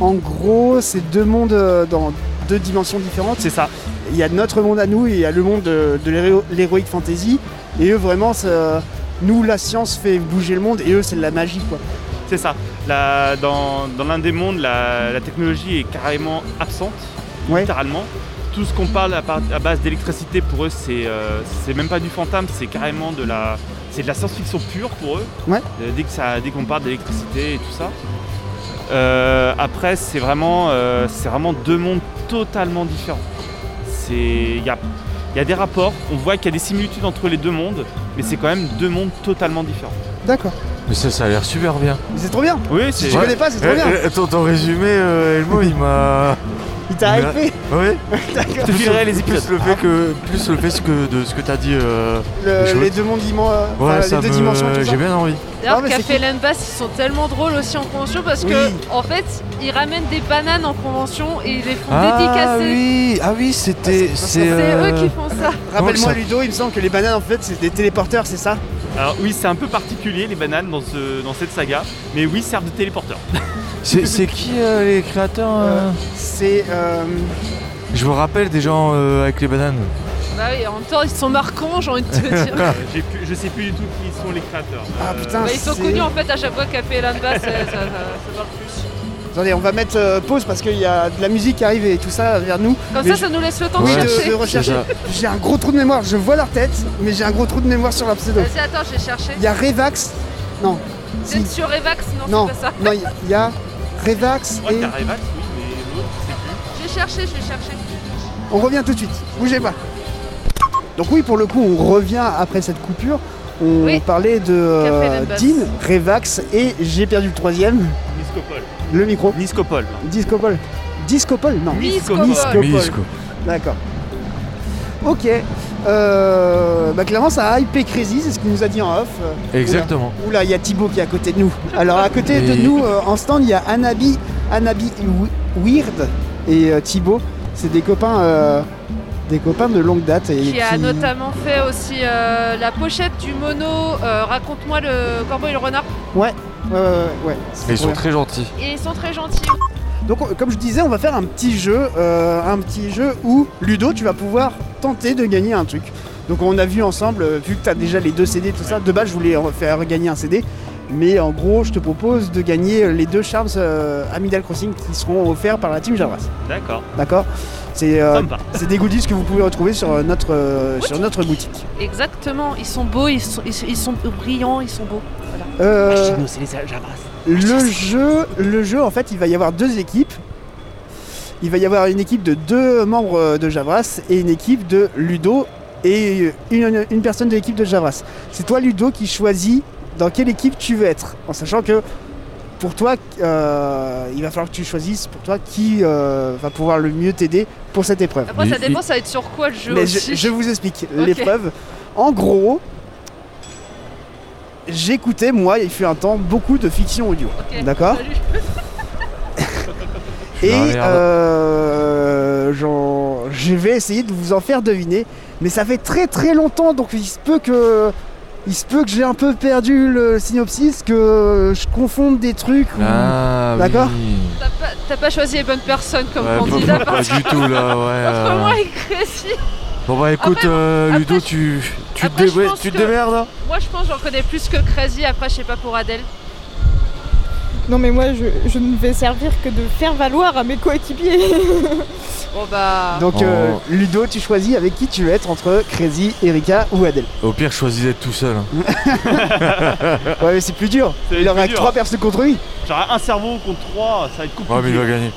en gros, c'est deux mondes euh, dans deux dimensions différentes. C'est ça. Il y a notre monde à nous et il y a le monde de, de l'héro- l'heroic fantasy. Et eux, vraiment, c'est, euh, nous, la science fait bouger le monde et eux, c'est de la magie, quoi. C'est ça. La- dans dans l'un des mondes, la, la technologie est carrément absente, Ouais. littéralement. Tout ce qu'on parle à, part- à base d'électricité pour eux, c'est euh, c'est même pas du fantôme, c'est carrément de la, c'est de la science-fiction pure pour eux. Ouais. Euh, dès que ça- dès qu'on parle d'électricité et tout ça. Euh, après, c'est vraiment, euh, c'est vraiment deux mondes totalement différents. C'est, il y a, il y a des rapports. On voit qu'il y a des similitudes entre les deux mondes, mais c'est quand même deux mondes totalement différents. D'accord. Mais ça, ça a l'air super bien. Mais C'est trop bien. Oui, Si c'est. tu Ouais. connais pas, c'est trop Eh, bien. eh, ton, ton résumé, euh, Elmo, il m'a. Il t'a mais- hypé. Oui. D'accord. Je te filerai les épisodes. Plus le fait que, plus le fait que de ce que t'as dit. euh, Le- Je- les deux mondes immenses, euh, ouais, enfin, ça les deux me- dimensions, tout ça. J'ai bien envie. Ah, D'ailleurs, mais c'est Café Lenbass, ils sont tellement drôles aussi en convention parce que, Oui. en fait, ils ramènent des bananes en convention et ils les font Ah dédicacer. oui, ah oui, c'était, c'est. C'est euh, eux qui font ça. Rappelle-moi, ça- Ludo, il me semble que les bananes, en fait, c'est des téléporteurs, c'est ça Alors oui, c'est un peu particulier les bananes dans, ce- dans cette saga, mais oui, servent de téléporteur. C'est c'est qui euh, les créateurs euh C'est. euh, Je me rappelle des gens euh, avec les bananes. Bah oui, en même temps, ils sont marquants, j'ai envie de te dire. Bah, J'ai plus- je sais plus du tout qui sont les créateurs. Euh, Ah, putain. ils sont C'est- connus en fait à chaque fois Café Lenbass, ça, ça, ça, ça parle plus. Attendez, on va mettre euh, pause parce qu'il y a de la musique qui arrive et tout ça vers nous. Comme Mais ça, je- ça nous laisse le temps Oui, de de- chercher. de- rechercher. c'est ça. J'ai un gros trou de mémoire, je vois leur tête, mais j'ai un gros trou de mémoire sur leur pseudo. Vas-y, attends, j'ai cherché. Il y a Revax. Non, si. Peut-être sur Evax, non, non, c'est pas ça. non, il y a- il y a Revax Moi, et. Caravat, oui, mais l'autre, je sais plus. J'ai cherché, j'ai cherché. On revient tout de suite, bougez pas. Donc, oui, pour le coup, on revient après cette coupure. On Oui. parlait de euh, Lembas. Dean, Revax et j'ai perdu le troisième, Niscopol. le micro. Niscopol. Discopol. Discopol Non. Niscopol. Niscopol. Mise, quoi. D'accord. Ok. Euh, bah clairement ça a hypé Crazy, c'est ce qu'il nous a dit en off. Euh, Exactement. Oula, Oula, il y a Thibaut qui est à côté de nous. Alors à côté de Et- nous, euh, en stand, il y a Anabi, Anabi Wi- Weird et euh, Thibaut. C'est des copains, euh, des copains de longue date et Qui a qui- notamment fait aussi euh, la pochette du mono euh, Raconte-moi le corbeau et le renard. Ouais, ouais, ouais, ouais. Et ils sont Ouais. très gentils. Et ils sont très gentils. Donc on- comme je disais, on va faire un petit jeu, euh, un petit jeu où Ludo, tu vas pouvoir tenter de gagner un truc. Donc on a vu ensemble, euh, vu que tu as déjà les deux CD, tout ça, de base je voulais en faire gagner un CD. Mais en gros, je te propose de gagner les deux charms euh, Amidal Crossing qui seront offerts par la team Javras. D'accord, D'accord C'est euh, sympa. c'est des goodies que vous pouvez retrouver sur euh, notre, euh, sur notre boutique. Exactement, ils sont beaux, ils sont, ils, ils sont brillants, ils sont beaux. Euh, c'est les Javras. Le jeu, le jeu, en fait, il va y avoir deux équipes. Il va y avoir une équipe de deux membres euh, de Javras et une équipe de Ludo et une, une personne de l'équipe de Javras. C'est toi, Ludo, qui choisis dans quelle équipe tu veux être. En sachant que pour toi, euh, il va falloir que tu choisisses pour toi qui euh, va pouvoir le mieux t'aider pour cette épreuve. Après, Mais ça dépend, il- ça va être sur quoi le jeu Mais aussi. je, je vous explique l'épreuve. En gros, j'écoutais, moi, il fut un temps, beaucoup de fiction audio. Ok, D'accord salut. Et Je regarde. euh, j'en- je vais essayer de vous en faire deviner. Mais ça fait très très longtemps, donc il se peut que il se peut que j'ai un peu perdu le synopsis, que je confonde des trucs. ou- Ah, D'accord oui. T'as pas, t'as pas choisi les bonnes personnes comme Ouais, candidat pas, pas parce que du tout là, ouais. entre euh. moi et Crécy, Bon bah écoute, euh, après, Ludo, je- tu, tu, après, te je dé- pense tu te que- démerdes hein moi je pense que j'en connais plus que Crazy. Après, je sais pas pour Adèle. Non mais moi je, je ne vais servir que de faire valoir à mes coéquipiers. Bon bah. Donc euh, Oh. Ludo, tu choisis avec qui tu veux être entre Crazy, Erika ou Adèle. Au pire, je choisis d'être tout seul. hein. Ouais, mais c'est plus dur. Ça va Il être aura plus que dur. 3 personnes contre lui. J'aurai un cerveau contre trois, ça va être compliqué. Ouais, mais il va gagner.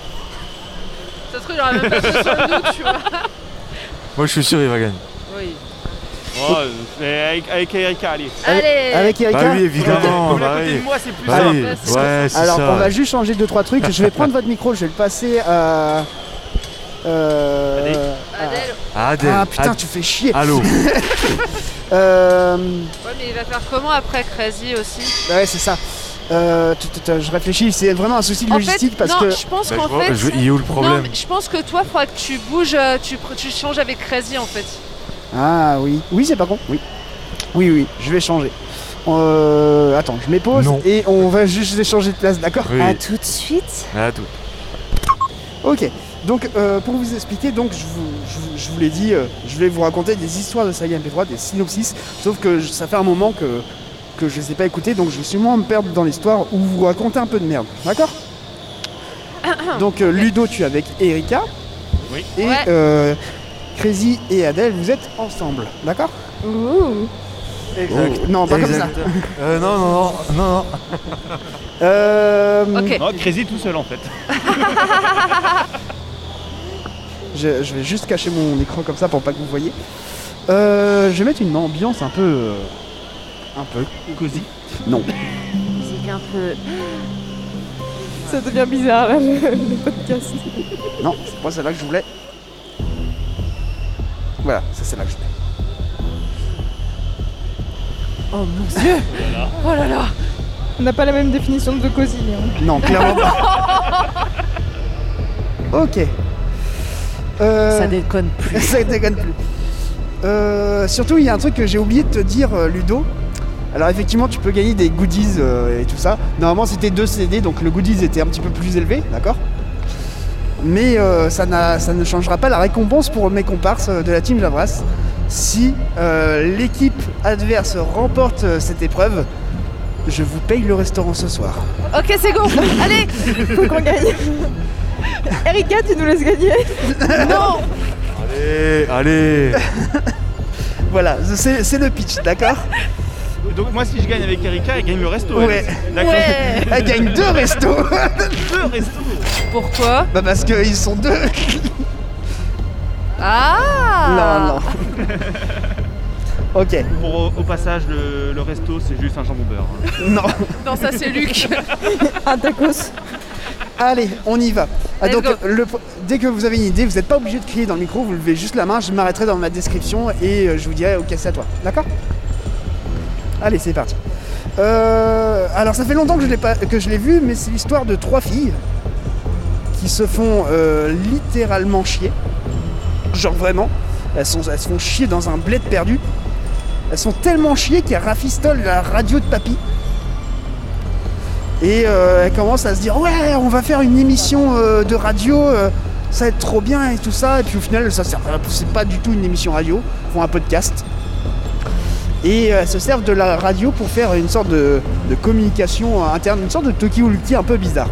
Ça se trouve, il aurait même pas fait sur nous, tu vois. Moi, je suis sûr, il va gagner. Oui. Ouais, euh, mais avec, avec Erika, allez. Allez, Allez Avec Erika. Bah oui, évidemment. Comme elle est à bah côté oui. de moi, c'est plus Bah simple. oui, simple. ouais, c'est Alors, ça. on va juste changer deux trois trucs. Je vais prendre votre micro, je vais le passer à. euh, Allez. à- Adèle. Adèle. Ah putain, Ad- tu fais chier. Allô. Bah, Euh, Ouais, mais il va faire comment après Crazy aussi Ouais, c'est ça. Euh, tu- tu- tu- je réfléchis, c'est vraiment un souci de logistique fait, parce non, que. je pense Bah, je qu'en vois- fait. je- il est où le Non, problème mais je pense que toi, faudra que tu bouges, euh, tu, pr- tu changes avec Crazy en fait. Ah oui. Oui, c'est pas con. Oui. Oui, oui, je vais changer. Euh, attends, je m'épose Non. et on va juste échanger de place, d'accord Oui. À tout de suite Ah, tout. Ok. Donc, euh, pour vous expliquer, donc je vous, je vous- je vous l'ai dit, euh, je vais vous raconter des histoires de saga MP3, des synopsis, sauf que je- ça fait un moment que, que je ne les ai pas écoutées, donc je vais sûrement me perdre dans l'histoire ou vous raconter un peu de merde, d'accord Donc, euh, Ludo, tu es avec Erika. Oui. Et Ah. Ouais. euh, Crazy et Adèle, vous êtes ensemble, d'accord Ouh. Exact. Non, pas comme ça. Exact. Euh, non, non, non, non, non. Euh, Ok. Non, Crazy tout seul en fait. Je, je vais juste cacher mon écran comme ça pour pas que vous voyez. Euh, je vais mettre une ambiance un peu. euh, un peu. Cosy. Non. C'est un peu. Ça devient bizarre là, le, le podcast. Non, c'est pas celle-là que je voulais. Voilà, c'est celle-là que je voulais. Oh mon dieu Oh là là On n'a pas la même définition de cosy. hein. Non, clairement pas. ok. Euh, déconne plus. ça déconne plus. Euh, surtout, il y a un truc que j'ai oublié de te dire, euh, Ludo. Alors effectivement, tu peux gagner des goodies euh, et tout ça. Normalement, c'était deux CD, donc le goodies était un petit peu plus élevé, d'accord Mais euh, ça, n'a- ça ne changera pas la récompense pour mes comparses euh, de la team Javras. Si euh, l'équipe adverse remporte euh, cette épreuve, je vous paye le restaurant ce soir. Ok, c'est go Allez Faut qu'on gagne. Erika, tu nous laisses gagner Non Allez, Eh, allez. Voilà, c'est c'est le pitch, d'accord Donc moi si je gagne avec Erika, elle gagne le resto. Ouais. elle. Ouais Elle gagne deux restos Deux restos. Pourquoi Bah parce qu'ils sont deux Ah Non, non. ok, Pour au, au passage le, le resto c'est juste un jambon beurre. hein. non. Non, ça c'est Luc Un tacos. Allez, on y va. Ah, Let's donc, go. le pr- dès que vous avez une idée, vous n'êtes pas obligé de crier dans le micro, vous levez juste la main, je m'arrêterai dans ma description et euh, je vous dirai, ok, c'est à toi. D'accord Allez, c'est parti. Euh, alors, ça fait longtemps que je l'ai pas- que je l'ai vu, mais c'est l'histoire de trois filles qui se font euh, littéralement chier. Genre vraiment. Elles, sont, elles se font chier dans un bled perdu. Elles sont tellement chiées qu'elles rafistolent la radio de papy. Et euh, elle commence à se dire ouais on va faire une émission euh, de radio, euh, ça va être trop bien et tout ça. Et puis au final ça sert- c'est pas du tout une émission radio, ils font un podcast. Et euh, elles se servent de la radio pour faire une sorte de, de communication euh, interne, une sorte de Tokiwulki un peu bizarre.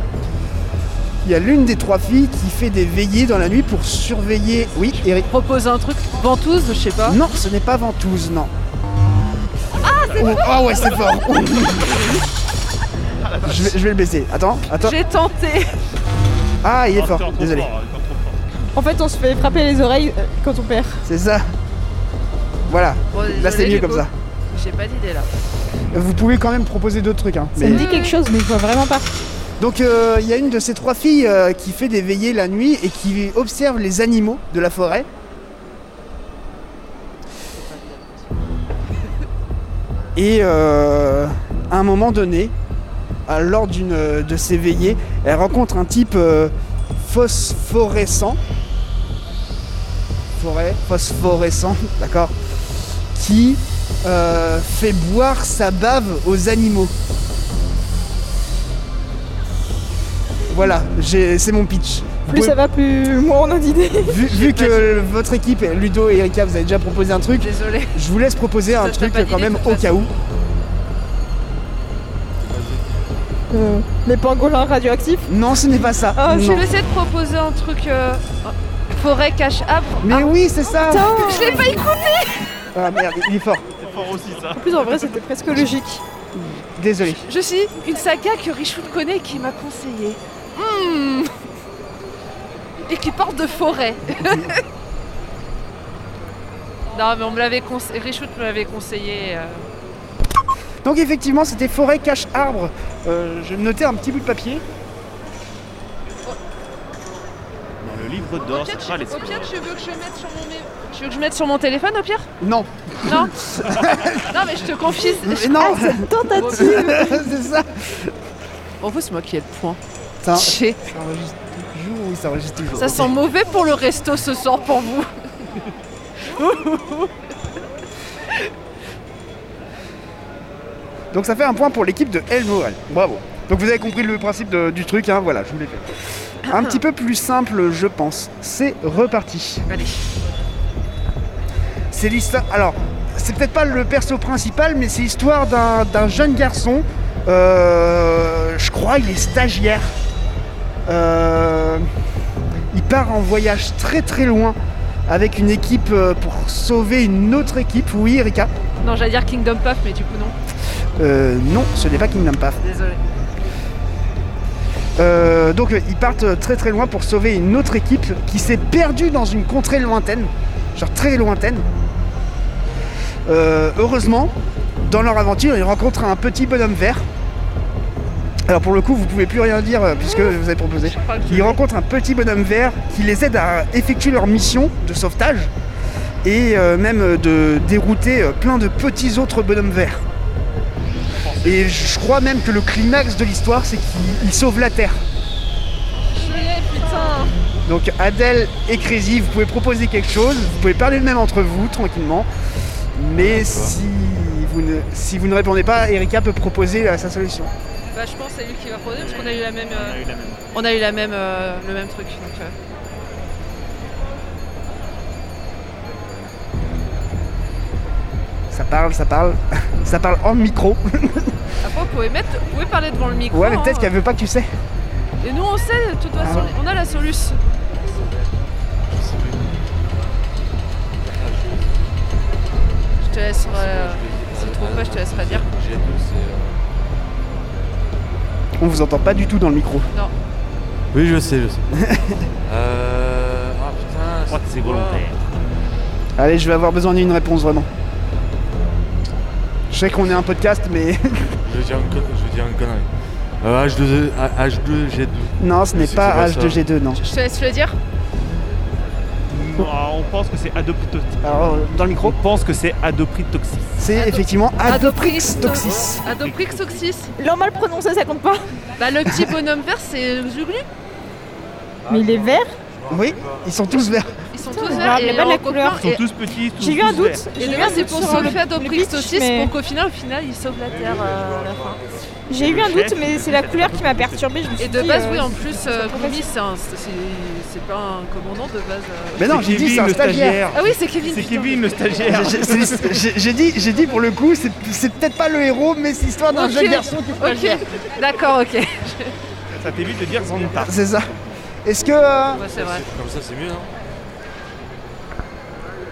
Il y a l'une des trois filles qui fait des veillées dans la nuit pour surveiller. Oui, Eric. Propose un truc, ventouse, je sais pas. Non, ce n'est pas Ventouse, non. Ah, c'est Ah ouais, c'est fort. je, vais, je vais le baisser. Attends, attends. J'ai tenté Ah, il est Encore fort, trop désolé. fort, encore trop fort. En fait, on se fait frapper les oreilles euh, quand on perd. C'est ça. Voilà, Bon, là c'est Oh, désolé, mieux Ludo. comme ça. J'ai pas d'idée là. Vous pouvez quand même proposer d'autres trucs. Hein, Ça mais- me dit quelque chose, mais je vois vraiment pas. Donc euh, il y a une de ces trois filles euh, qui fait des veillées la nuit et qui observe les animaux de la forêt. Et euh, à un moment donné, à- lors d'une euh, de ces veillées, elle rencontre un type euh, phosphorescent. Forêt, phosphorescent, d'accord Qui euh, fait boire sa bave aux animaux. Voilà, j'ai- c'est mon pitch. Vous Plus pouvez- ça va, plus moins on a d'idées. vu vu pas que votre équipe, Ludo et Erika, vous avez déjà proposé un truc, Désolé. je vous laisse proposer un Ça, je t'ai truc pas dit quand de même toute au façon. cas où. Euh, les pangolins radioactifs. Non, ce n'est pas ça. Ah, Non. Oh, Je vais essayer de proposer un truc euh, forêt cache arbre. Mais oui, c'est ça Putain Ah. Je l'ai pas écouté. Ah merde, il est fort. C'est fort aussi ça. En plus, en vrai, c'était presque logique. Désolé. Je suis une saga que Richoun connaît et qui m'a conseillé. Hmm. Et qui porte de forêt. non mais on me l'avait conseillé. Richoun me l'avait conseillé. euh. Donc effectivement, c'était forêt cache arbre. Euh, je vais me noter un petit bout de papier. Dans le livre Au d'or, pire, ça tu, sera les au pire, tu veux que je mette sur mon mé- tu veux que je mette sur mon téléphone au pire Non. Non Non mais je te confie. Mais non. Tentative c'est ça. On faut se moquer de point. Ça, ça Chier. enregistre toujours. Oui, ça enregistre toujours. Ah. Ça sent mauvais pour le resto ce soir pour vous. Donc ça fait un point pour l'équipe de El Morel. Bravo. Donc vous avez compris le principe de- du truc, hein, voilà, je vous l'ai fait. Un petit peu plus simple, je pense. C'est reparti. Allez. C'est l'histoire. Alors, c'est peut-être pas le perso principal, mais c'est l'histoire d'un d'un jeune garçon. Euh, je crois il est stagiaire. Euh, il part en voyage très très loin avec une équipe euh, pour sauver une autre équipe. Oui, Erika. Non j'allais dire Kingdom Puff mais du coup non. Euh, non, ce n'est pas Kingdom Path. Désolé. Euh, donc euh, ils partent euh, très très loin pour sauver une autre équipe qui s'est perdue dans une contrée lointaine, genre très lointaine. Euh, heureusement, dans leur aventure, ils rencontrent un petit bonhomme vert. Alors pour le coup, vous pouvez plus rien dire euh, puisque je vous avez proposé. Je crois que Ils rencontrent un petit bonhomme vert qui les aide à effectuer leur mission de sauvetage et euh, même euh, de dérouter euh, plein de petits autres bonhommes verts. Et je crois même que le climax de l'histoire, c'est qu'ils sauvent la Terre. je l'ai, putain. Donc Adèle et Crazy, vous pouvez proposer quelque chose, vous pouvez parler le même entre vous tranquillement. Mais si vous ne, si vous ne répondez pas, Erika peut proposer euh, sa solution. Bah je pense que c'est lui qui va poser parce qu'on a eu la même, On a euh, eu la même. on a eu la même, euh, le même truc. Donc, euh, Ça parle, ça parle, ça parle en micro. Après vous pouvez mettre, vous pouvez parler devant le micro. Ouais, mais peut-être hein. qu'elle veut pas que tu sais. Et nous on sait de toute façon, Ah. on a la solution. Je te laisserai. euh, si tu trouves pas, je te laisserai dire. J'ai deux, c'est, On vous entend pas du tout dans le micro. euh, Oui, je sais, je sais. euh... Ah putain, Je crois que c'est volontaire. Allez, je vais avoir besoin d'une réponse vraiment. Je sais qu'on est un podcast, mais Je vais dire une, con- je vais dire une connerie. Euh, H2, ah, H2, G2. non, ce n'est C'est- pas c'est pas ça. H2G2, non. Je te laisse le dire. Non, Ah, on pense que c'est adoptotoxique. Alors, euh, dans le On micro, pense que c'est adopritoxique. c'est Ado- effectivement Adoprix Adoprix Toxis. Adoprix Toxis. Leur mal prononcé, ça compte pas. Bah le petit bonhomme vert c'est Zuglu. Mais il est vert. Oui, ils sont tous verts. Ils sont Putain, tous on verts regarde Ah, et pas de la leur couleur. Ils copain sont est- tous petits, tous J'ai eu un tous verts. doute. Et J'ai le eu un mien c'est doute pour sur se le- faire le Adoprix pitch, Toxis mais- pour qu'au final, au final, ils sauvent la terre euh, à la fin. J'ai eu un doute, mais c'est la couleur qui m'a perturbée. Je me suis Et de dit, base, euh, oui, en plus, ça euh, pourrait Gloomy, c'est un- c'est- c'est- c'est pas un commandant de base. euh. Mais non, j'ai dit c'est un le stagiaire. Ah oui, c'est Kevin. C'est putain. Kevin le stagiaire. J'ai- c'est- J'ai j'ai dit, j'ai dit pour le coup, c'est c'est peut-être pas le héros, mais c'est l'histoire d'un Ok. jeune garçon qui fait Ok, d'accord, ok. Ça t'évite de dire qu'on ne part. C'est ça. Est-ce que. euh, Ouais, c'est vrai. Comme ça, c'est mieux, non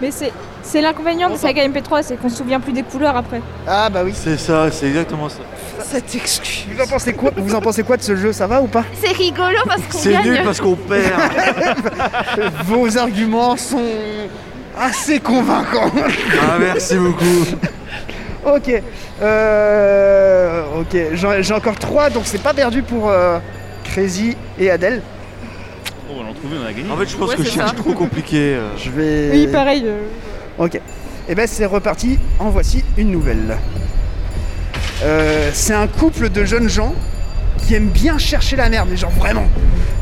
Mais c'est. C'est l'inconvénient de Saga MP3, c'est qu'on se souvient plus des couleurs après. Ah bah oui. C'est ça, c'est exactement ça. Cette excuse. Vous en pensez quoi Vous en pensez quoi de ce jeu Ça va ou pas C'est rigolo parce qu'on C'est nul gagne. parce qu'on perd. Vos arguments sont assez convaincants. ah, merci beaucoup. ok. Euh, ok. J'en- J'ai encore trois, donc c'est pas perdu pour euh, Crazy et Adèle. Oh, on l'a trouvé, on a gagné. En fait, je pense Ouais, que je c'est ça. cherche trop compliqué. euh. Je vais. Oui, pareil. euh, Ok. Et ben c'est reparti, en voici une nouvelle. Euh, c'est un couple de jeunes gens qui aiment bien chercher la merde, mais genre vraiment.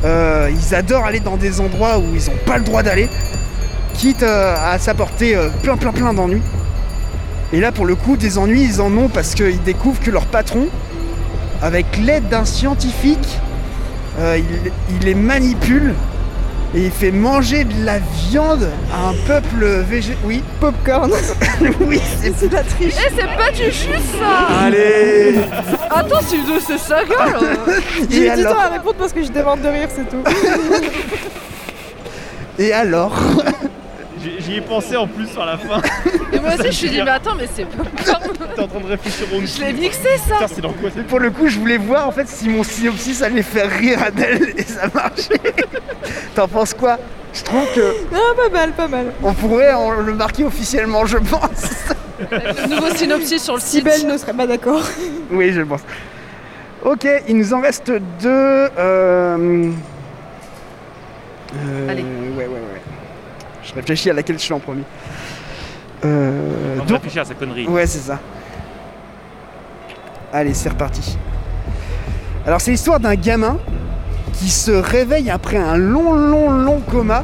Euh, ils adorent aller dans des endroits où ils n'ont pas le droit d'aller, quitte euh, à s'apporter euh, plein plein plein d'ennuis. Et là, pour le coup, des ennuis, ils en ont parce qu'ils découvrent que leur patron, avec l'aide d'un scientifique, euh, il, il les manipule et il fait manger de la viande à un peuple végé. Oui, Popcorn, oui, c'est c'est de la triche. Eh, c'est pas du jus ça Allez Attends, c'est de c'est sa gueule hein. Et J'ai du temps alors à répondre parce que je demande de rire, c'est tout. Et alors J'y j'y ai pensé en plus sur la fin. Et moi aussi, Ça je suis me dit, dit mais attends, mais c'est popcorn T'es en train de réfléchir au Je l'ai mixé ça Putain, c'est dans quoi c'est Pour le coup, je voulais voir en fait si mon synopsis allait faire rire Adèle et ça marchait. T'en penses quoi Je trouve que Non, pas mal, pas mal. on pourrait en- le marquer officiellement, je pense. Nouveau synopsis sur le site. Sibelle ne serait pas d'accord. Oui, je pense. Ok, il nous en reste deux. euh, euh, Allez. Ouais, ouais, ouais. Je réfléchis à laquelle je suis en premier. Euh, On donc- réfléchir à sa connerie. Ouais, c'est ça. Allez, c'est reparti. Alors, c'est l'histoire d'un gamin qui se réveille après un long, long, long coma.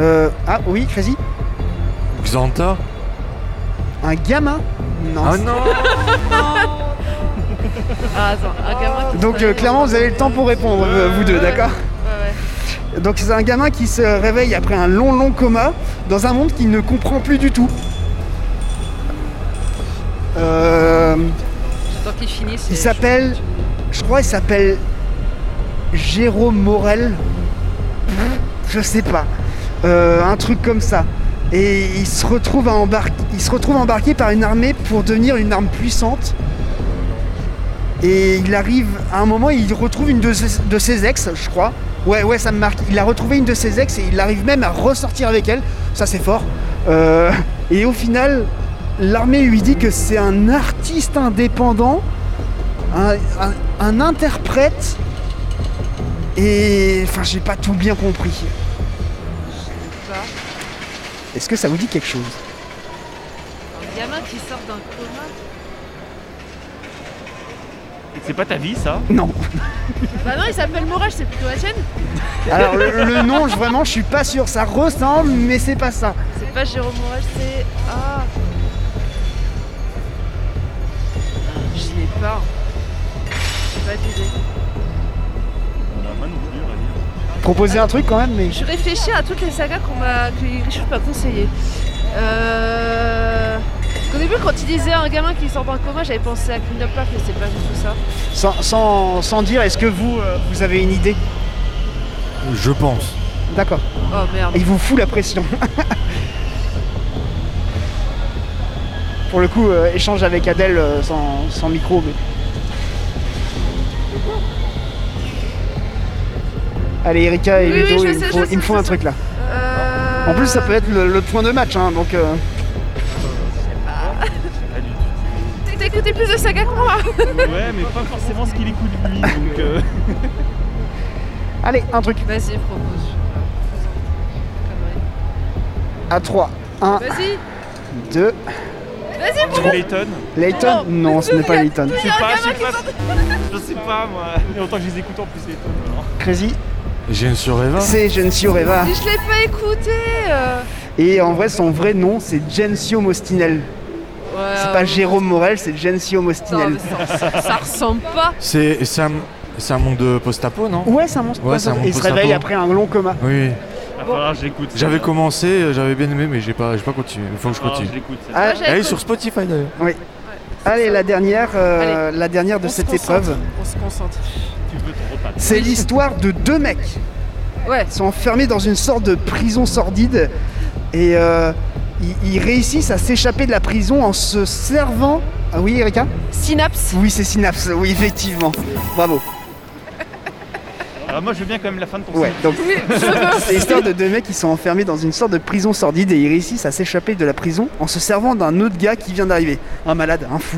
Euh, ah oui, Crazy Xanta Un gamin Non. Ah non Ah, attends, un gamin qui Donc, travaille. euh, clairement, vous avez le temps pour répondre, euh, vous deux, Ouais. d'accord Ouais, ouais. Donc, c'est un gamin qui se réveille après un long, long coma dans un monde qu'il ne comprend plus du tout. Euh, J'attends qu'il finisse. Il et je- s'appelle- Je crois il s'appelle Jérôme Morel. Je sais pas. Euh, un truc comme ça. Et il se, retrouve à embar- il se retrouve embarqué par une armée pour devenir une arme puissante. Et il arrive à un moment, il retrouve une de ses, de ses ex, je crois. Ouais, ouais, ça me marque. Il a retrouvé une de ses ex et il arrive même à ressortir avec elle. Ça, c'est fort. Euh, et au final, l'armée lui dit que c'est un artiste indépendant un, un- un interprète et enfin j'ai pas tout bien compris. Est-ce que ça vous dit quelque chose Un gamin qui sort d'un coma. C'est pas ta vie ça Non. Bah non, il s'appelle Morage, c'est plutôt la tienne. Alors le, le nom, je, vraiment, je suis pas sûr. Ça ressemble, mais c'est pas ça. C'est pas Jérôme Morage, c'est. Ah Je l'ai pas. hein. J'ai pas d'idée. Moi non plus, on va dire. Proposer un truc quand même, mais Je réfléchis à toutes les sagas qu'on m'a, que Richard m'a conseillé. Euh... Au début, quand il disait un gamin qui sort d'un coma, j'avais pensé à Clean Up Park, mais c'est pas du tout ça. sans, sans- sans dire. Est-ce que vous, euh, vous avez une idée Je pense. D'accord. Oh merde. Il vous fout la pression. Pour le coup, euh, échange avec Adèle euh, sans, sans micro, mais. Allez, Erika et Oui, oui, Ludo, je il, sais, me faut, je sais, il me faut je un sais. truc là. Euh... En plus, ça peut être le, le point de match, hein, donc. euh, Pas du tout. T'as écouté plus de sagas que moi Ouais, mais pas forcément ce qu'il écoute lui. Donc, euh, Allez, un truc. Vas-y, propose. Connerie. À 3, 1, Vas-y 2. Vas-y, propose Tim Layton Layton Non, Non, ce n'est pas Layton. Je sais pas, je sais pas. Je sais pas moi. Il y a longtemps que je les écoute en plus, Layton. alors. Crazy, J'ai une survivant c'est Gensio Reva. Je l'ai pas écouté euh. Et en vrai, son vrai nom, c'est Gensio Mostinel. Ouais, C'est euh, pas Jérôme Morel, c'est Gensio non, Mostinel. mais ça, ça- ça ressemble pas. C'est c'est un, c'est un monde de post-apo, non Ouais, c'est un monstre. Ouais, pas c'est un ça. monstre Il se sympa. réveille après un long coma. Oui. Il va falloir que je l'écoute. J'avais commencé, euh, j'avais bien aimé, mais j'ai pas, j'ai pas continué. Il faut que je Je continue. Je continue. l'écoute. Ah, Moi, j'avais Elle est pas- sur Spotify d'ailleurs. Allez, la dernière, euh, la dernière de On se cette concentre, épreuve. On se concentre. Tu veux ton repas. C'est l'histoire de deux mecs. Ouais. Ils sont enfermés dans une sorte de prison sordide et euh, ils, ils réussissent à s'échapper de la prison en se servant. Ah oui, Erika Synapse. Oui, c'est Synapse. Oui, effectivement. Bravo. Alors moi je veux bien quand même la fin de ton Ouais. site. Donc, c'est l'histoire de deux mecs qui sont enfermés dans une sorte de prison sordide et ils réussissent à s'échapper de la prison en se servant d'un autre gars qui vient d'arriver. Un malade, un fou.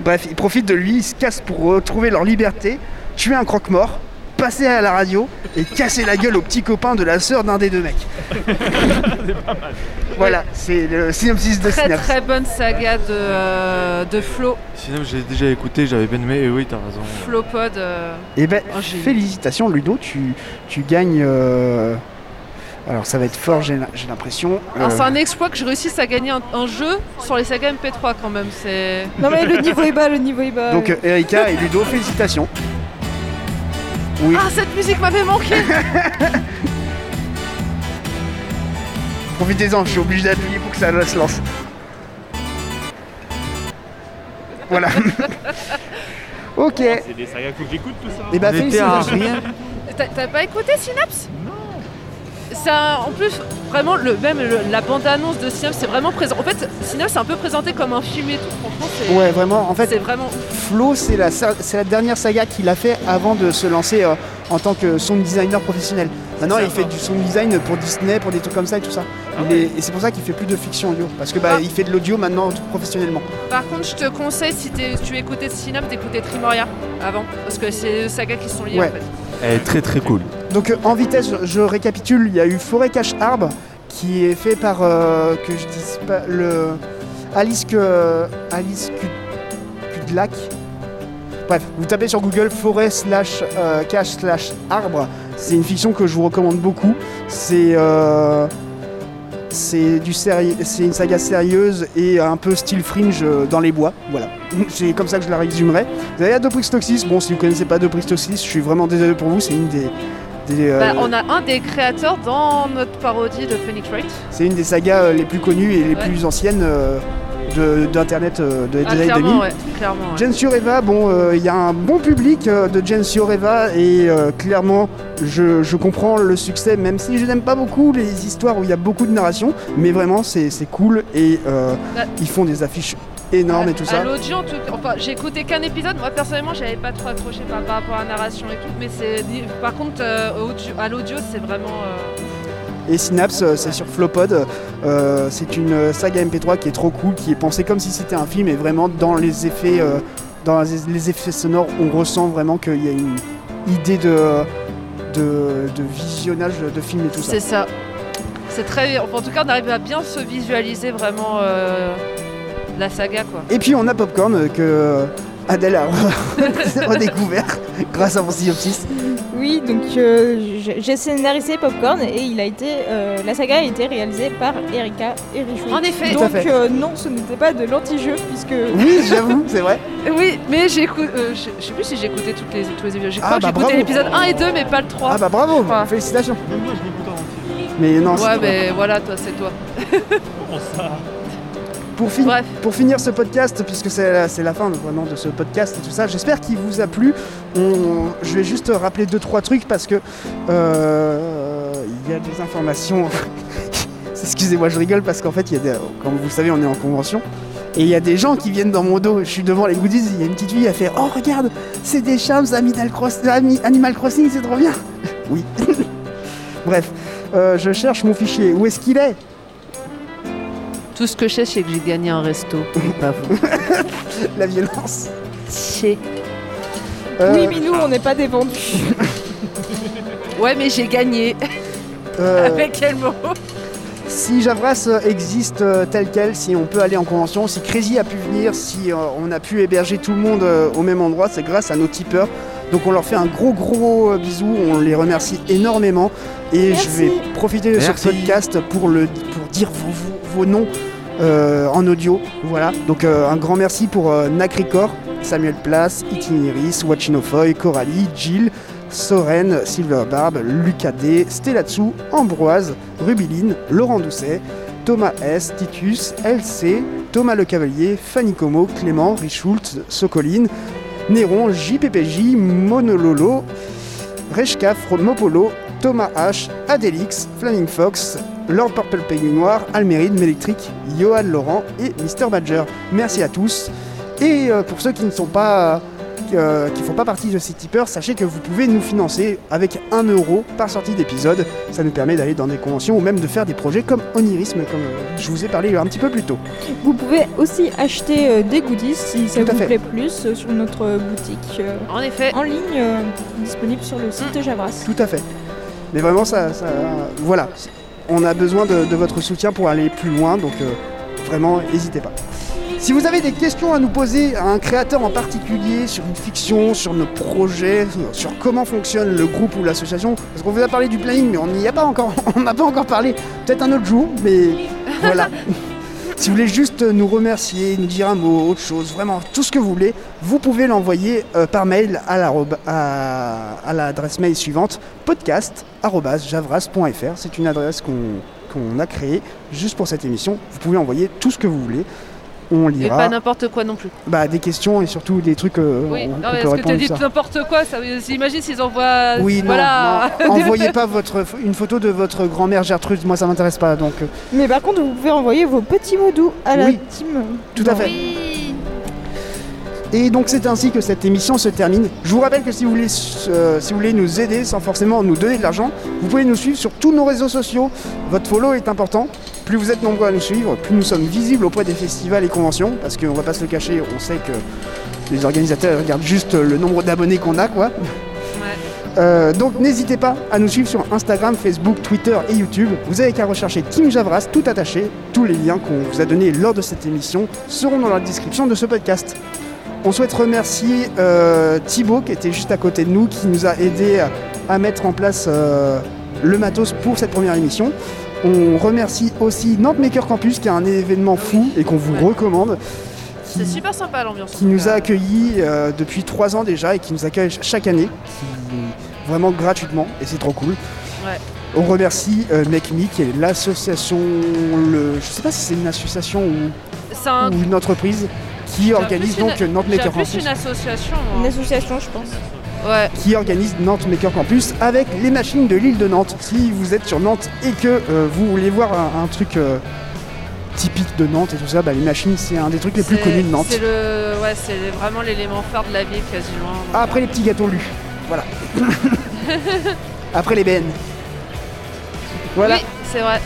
Bref, ils profitent de lui, ils se cassent pour retrouver leur liberté, tuer un croque-mort, passer à la radio et casser la gueule aux petits copains de la sœur d'un des deux mecs. Voilà, c'est le synopsis de Très Synapse. très bonne saga de, euh, de Flo, Sinon, j'ai déjà écouté, j'avais bien aimé. Et oui, t'as raison. Flopod. euh, Eh ben, Oh, j'ai eu. félicitations Ludo, tu, tu gagnes euh, Alors ça va être fort, j'ai j'ai l'impression. Alors, Euh, Ah, C'est un exploit que je réussisse à gagner un, un jeu sur les sagas MP3 quand même. C'est Non mais le niveau est bas, le niveau est bas. donc euh. euh, Erika et Ludo, félicitations. Oui. Ah, cette musique m'avait manqué Profitez-en, je suis obligé d'appuyer pour que ça se lance. Voilà. ok. Et C'est des sagas que j'écoute tout ça. bah On était à félicitations. rien. T'as- T'as pas écouté Synapse Non ça, en plus, vraiment, le, même le- la bande-annonce de Synapse, c'est vraiment présent. En fait, Synapse, c'est un peu présenté comme un film et tout. Franchement, c'est Ouais, vraiment. En fait, c'est vraiment. Flo, c'est la, sa- c'est la dernière saga qu'il a fait avant de se lancer euh, en tant que sound designer professionnel. Maintenant, C'est il ça. fait du sound design pour Disney, pour des trucs comme ça et tout ça. Ah Il est- et c'est pour ça qu'il fait plus de fiction audio. Parce que bah, Ah. il fait de l'audio maintenant professionnellement. Par contre, je te conseille, si t'es- tu écoutais Synapse, d'écouter Trimoria avant. Parce que c'est les sagas qui sont liés Ouais. en fait. Elle est très très cool. Donc euh, en vitesse, je- je récapitule, il y a eu Forêt Cache Arbre qui est fait par euh, que je dise pas le Alice que Alice Cu- Kudlak. Bref, vous tapez sur Google forêt slash euh, cache slash arbre. C'est une fiction que je vous recommande beaucoup. C'est euh, c'est du sérieux, c'est une saga sérieuse et un peu style fringe euh, dans les bois. Voilà, c'est comme ça que je la résumerai. Vous avez Adoprix Toxis. Bon, si vous connaissez pas Adoprix Toxis, je suis vraiment désolé pour vous. C'est une des, des, euh, Bah, on a un des créateurs dans notre parodie de Phoenix Wright. c'est une des sagas euh, les plus connues et les Ouais. plus anciennes euh, de- d'internet euh, de, des Ah, années 2000. clairement, ouais. Clairement, ouais. Jen Sureva, bon, euh, il y a un bon public euh, de Jen Sureva et euh, clairement, je, je comprends le succès, même si je n'aime pas beaucoup les histoires où il y a beaucoup de narration, mais vraiment, c'est c'est cool et euh, Ouais. ils font des affiches énormes et tout À- ça. À l'audio, en tout cas. Enfin, j'ai écouté qu'un épisode. Moi, personnellement, j'avais pas trop accroché par, par rapport à la narration et tout. Mais c'est. Par contre, euh, audio- à l'audio, c'est vraiment. euh, Et Synapse, euh, c'est sur Flopod. Euh, c'est une euh, saga MP3 qui est trop cool, qui est pensée comme si c'était un film et vraiment dans les effets, euh, dans les les effets sonores, on ressent vraiment qu'il y a une idée de, de, de visionnage de film et tout ça. C'est ça. C'est très. enfin, en tout cas, on arrive à bien se visualiser vraiment euh, la saga, quoi. Et puis on a Popcorn euh, que Adèle a redécouvert grâce à mon synopsis. Oui, donc euh, j'ai- j'ai scénarisé Popcorn et il a été, euh, la saga a été réalisée par Erika Erichou. En effet. Tout à Donc fait. euh, non, ce n'était pas de l'anti-jeu puisque Oui, j'avoue, c'est vrai. Oui, mais j'ai écouté. je je sais plus si j'ai écouté toutes les, tous les épisodes. Je Ah, crois bah, que j'ai écouté bravo. l'épisode 1 et 2, mais pas le 3. Ah bah bravo, Ouais. félicitations. Même moi, je l'écoute en entier. Mais non, c'est ouais, tout. mais voilà, toi, c'est toi. Comment ça pour finir. Bref. Pour finir ce podcast, puisque c'est la, c'est la fin vraiment de ce podcast et tout ça, j'espère qu'il vous a plu. On- je vais juste rappeler deux trois trucs parce que euh, il y a des informations. Excusez-moi, je rigole parce qu'en fait, il y a des- comme vous le savez, on est en convention. Et il y a des gens qui viennent dans mon dos. Je suis devant les goodies. Il y a une petite fille, elle fait Oh, regarde, c'est des charms Animal, Cross- Ami- Animal Crossing, c'est trop bien. Oui. Bref, euh, je cherche mon fichier. Où est-ce qu'il est Tout ce que je sais, c'est que j'ai gagné un resto. Pas vous. La violence. Chier. Euh, oui, mais nous on n'est pas des vendus. Ouais, mais j'ai gagné. euh, Avec quel mot Si Javras euh, existe euh, tel quel, si on peut aller en convention, si Crazy a pu venir, si euh, on a pu héberger tout le monde euh, au même endroit, c'est grâce à nos tipeurs. Donc on leur fait un gros gros euh, bisou, on les remercie énormément et Merci. je vais profiter de ce Merci. podcast pour, le, pour dire vos, vos- vos noms euh, en audio. Voilà, donc euh, un grand merci pour euh, Nacricor, Samuel Place, Itineris, Wachinofoy, Coralie, Jill, Soren, Silverbarb, Lucadé, Stellatsu, Ambroise, Rubiline, Laurent Doucet, Thomas S, Titus, LC, Thomas Le Cavalier, Fanny Como, Clément, Richult, Socoline, Néron, JPPJ, Monololo, Reshka, Fro- Mopolo, Thomas H, Adélix, Flaming Fox, Lord Purple Penguin Noir, Alméride, Méléctrique, Johan Laurent et Mister Badger. Merci à tous. Et euh, pour ceux qui ne sont pas. euh, qui ne font pas partie de ces tipeurs, sachez que vous pouvez nous financer avec 1 euro par sortie d'épisode. Ça nous permet d'aller dans des conventions ou même de faire des projets comme Onirisme, comme euh, je vous ai parlé un petit peu plus tôt. Vous pouvez aussi acheter euh, des goodies si ça Tout à vous fait. plaît plus euh, sur notre euh, boutique euh, En effet. en ligne euh, disponible sur le site de Javras. Tout à fait. Mais vraiment, ça, ça- voilà. On a besoin de, de votre soutien pour aller plus loin, donc euh, vraiment, n'hésitez pas. Si vous avez des questions à nous poser à un créateur en particulier sur une fiction, sur nos projets, sur comment fonctionne le groupe ou l'association, parce qu'on vous a parlé du planning, mais on n'y a pas encore, on n'a pas encore parlé. Peut-être un autre jour, mais voilà. Si vous voulez juste nous remercier, nous dire un mot, autre chose, vraiment tout ce que vous voulez, vous pouvez l'envoyer euh, par mail à l'adresse à, à l'adresse mail suivante podcast@javras.fr. C'est une adresse qu'on qu'on a créée juste pour cette émission. Vous pouvez envoyer tout ce que vous voulez. On Et lira pas n'importe quoi non plus. bah, des questions et surtout des trucs euh, Oui, on- non, qu'on peut mais parce que tu répondre. dis ça. n'importe quoi, ça veut- imagine s'ils envoient. Oui, non, voilà. non. envoyez pas votre, une photo de votre grand-mère Gertrude, moi ça m'intéresse pas, donc euh, Mais par contre, vous pouvez envoyer vos petits mots doux à la Oui. team. tout à fait. Oui. Et donc c'est ainsi que cette émission se termine. Je vous rappelle que si vous voulez, euh, si vous voulez nous aider sans forcément nous donner de l'argent, vous pouvez nous suivre sur tous nos réseaux sociaux. Votre follow est important. Plus vous êtes nombreux à nous suivre, plus nous sommes visibles auprès des festivals et conventions, parce qu'on va pas se le cacher, on sait que les organisateurs regardent juste le nombre d'abonnés qu'on a, quoi. Euh, donc n'hésitez pas à nous suivre sur Instagram, Facebook, Twitter et YouTube. Vous avez qu'à rechercher Team Javras tout attaché. Tous les liens qu'on vous a donnés lors de cette émission seront dans la description de ce podcast. On souhaite remercier euh, Thibaut qui était juste à côté de nous, qui nous a aidé à- à mettre en place euh, le matos pour cette première émission. On remercie aussi Nantes Maker Campus qui a un événement fou et qu'on vous Ouais. recommande. C'est super sympa l'ambiance. qui nous a accueillis euh, depuis trois ans déjà et qui nous accueille ch- chaque année, qui- vraiment gratuitement, et c'est trop cool. Ouais. On remercie euh, Make Me, qui est l'association, le, je sais pas si c'est une association ou, C'est un. ou une entreprise, qui J'ai organise plus une- donc euh, Nantes j'ai Maker plus Campus, une association. hein. Une moi. association, je pense. Ouais. qui organise Nantes Maker Campus avec les machines de l'île de Nantes. Si vous êtes sur Nantes et que euh, vous voulez voir un, un truc euh, typique de Nantes et tout ça, bah, les machines c'est un des trucs les plus C'est- connus de Nantes. C'est le, ouais, c'est le- vraiment l'élément phare de la ville quasiment. Donc, Après les petits gâteaux lus. Voilà. Après les bennes. Voilà. Oui, c'est vrai.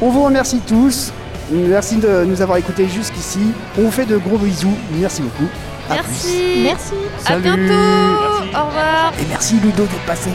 On vous remercie tous. Merci de nous avoir écoutés jusqu'ici. On vous fait de gros bisous. Merci beaucoup. À Merci. Merci. plus. À bientôt. Merci. Au revoir. Et merci Ludo d'être passé.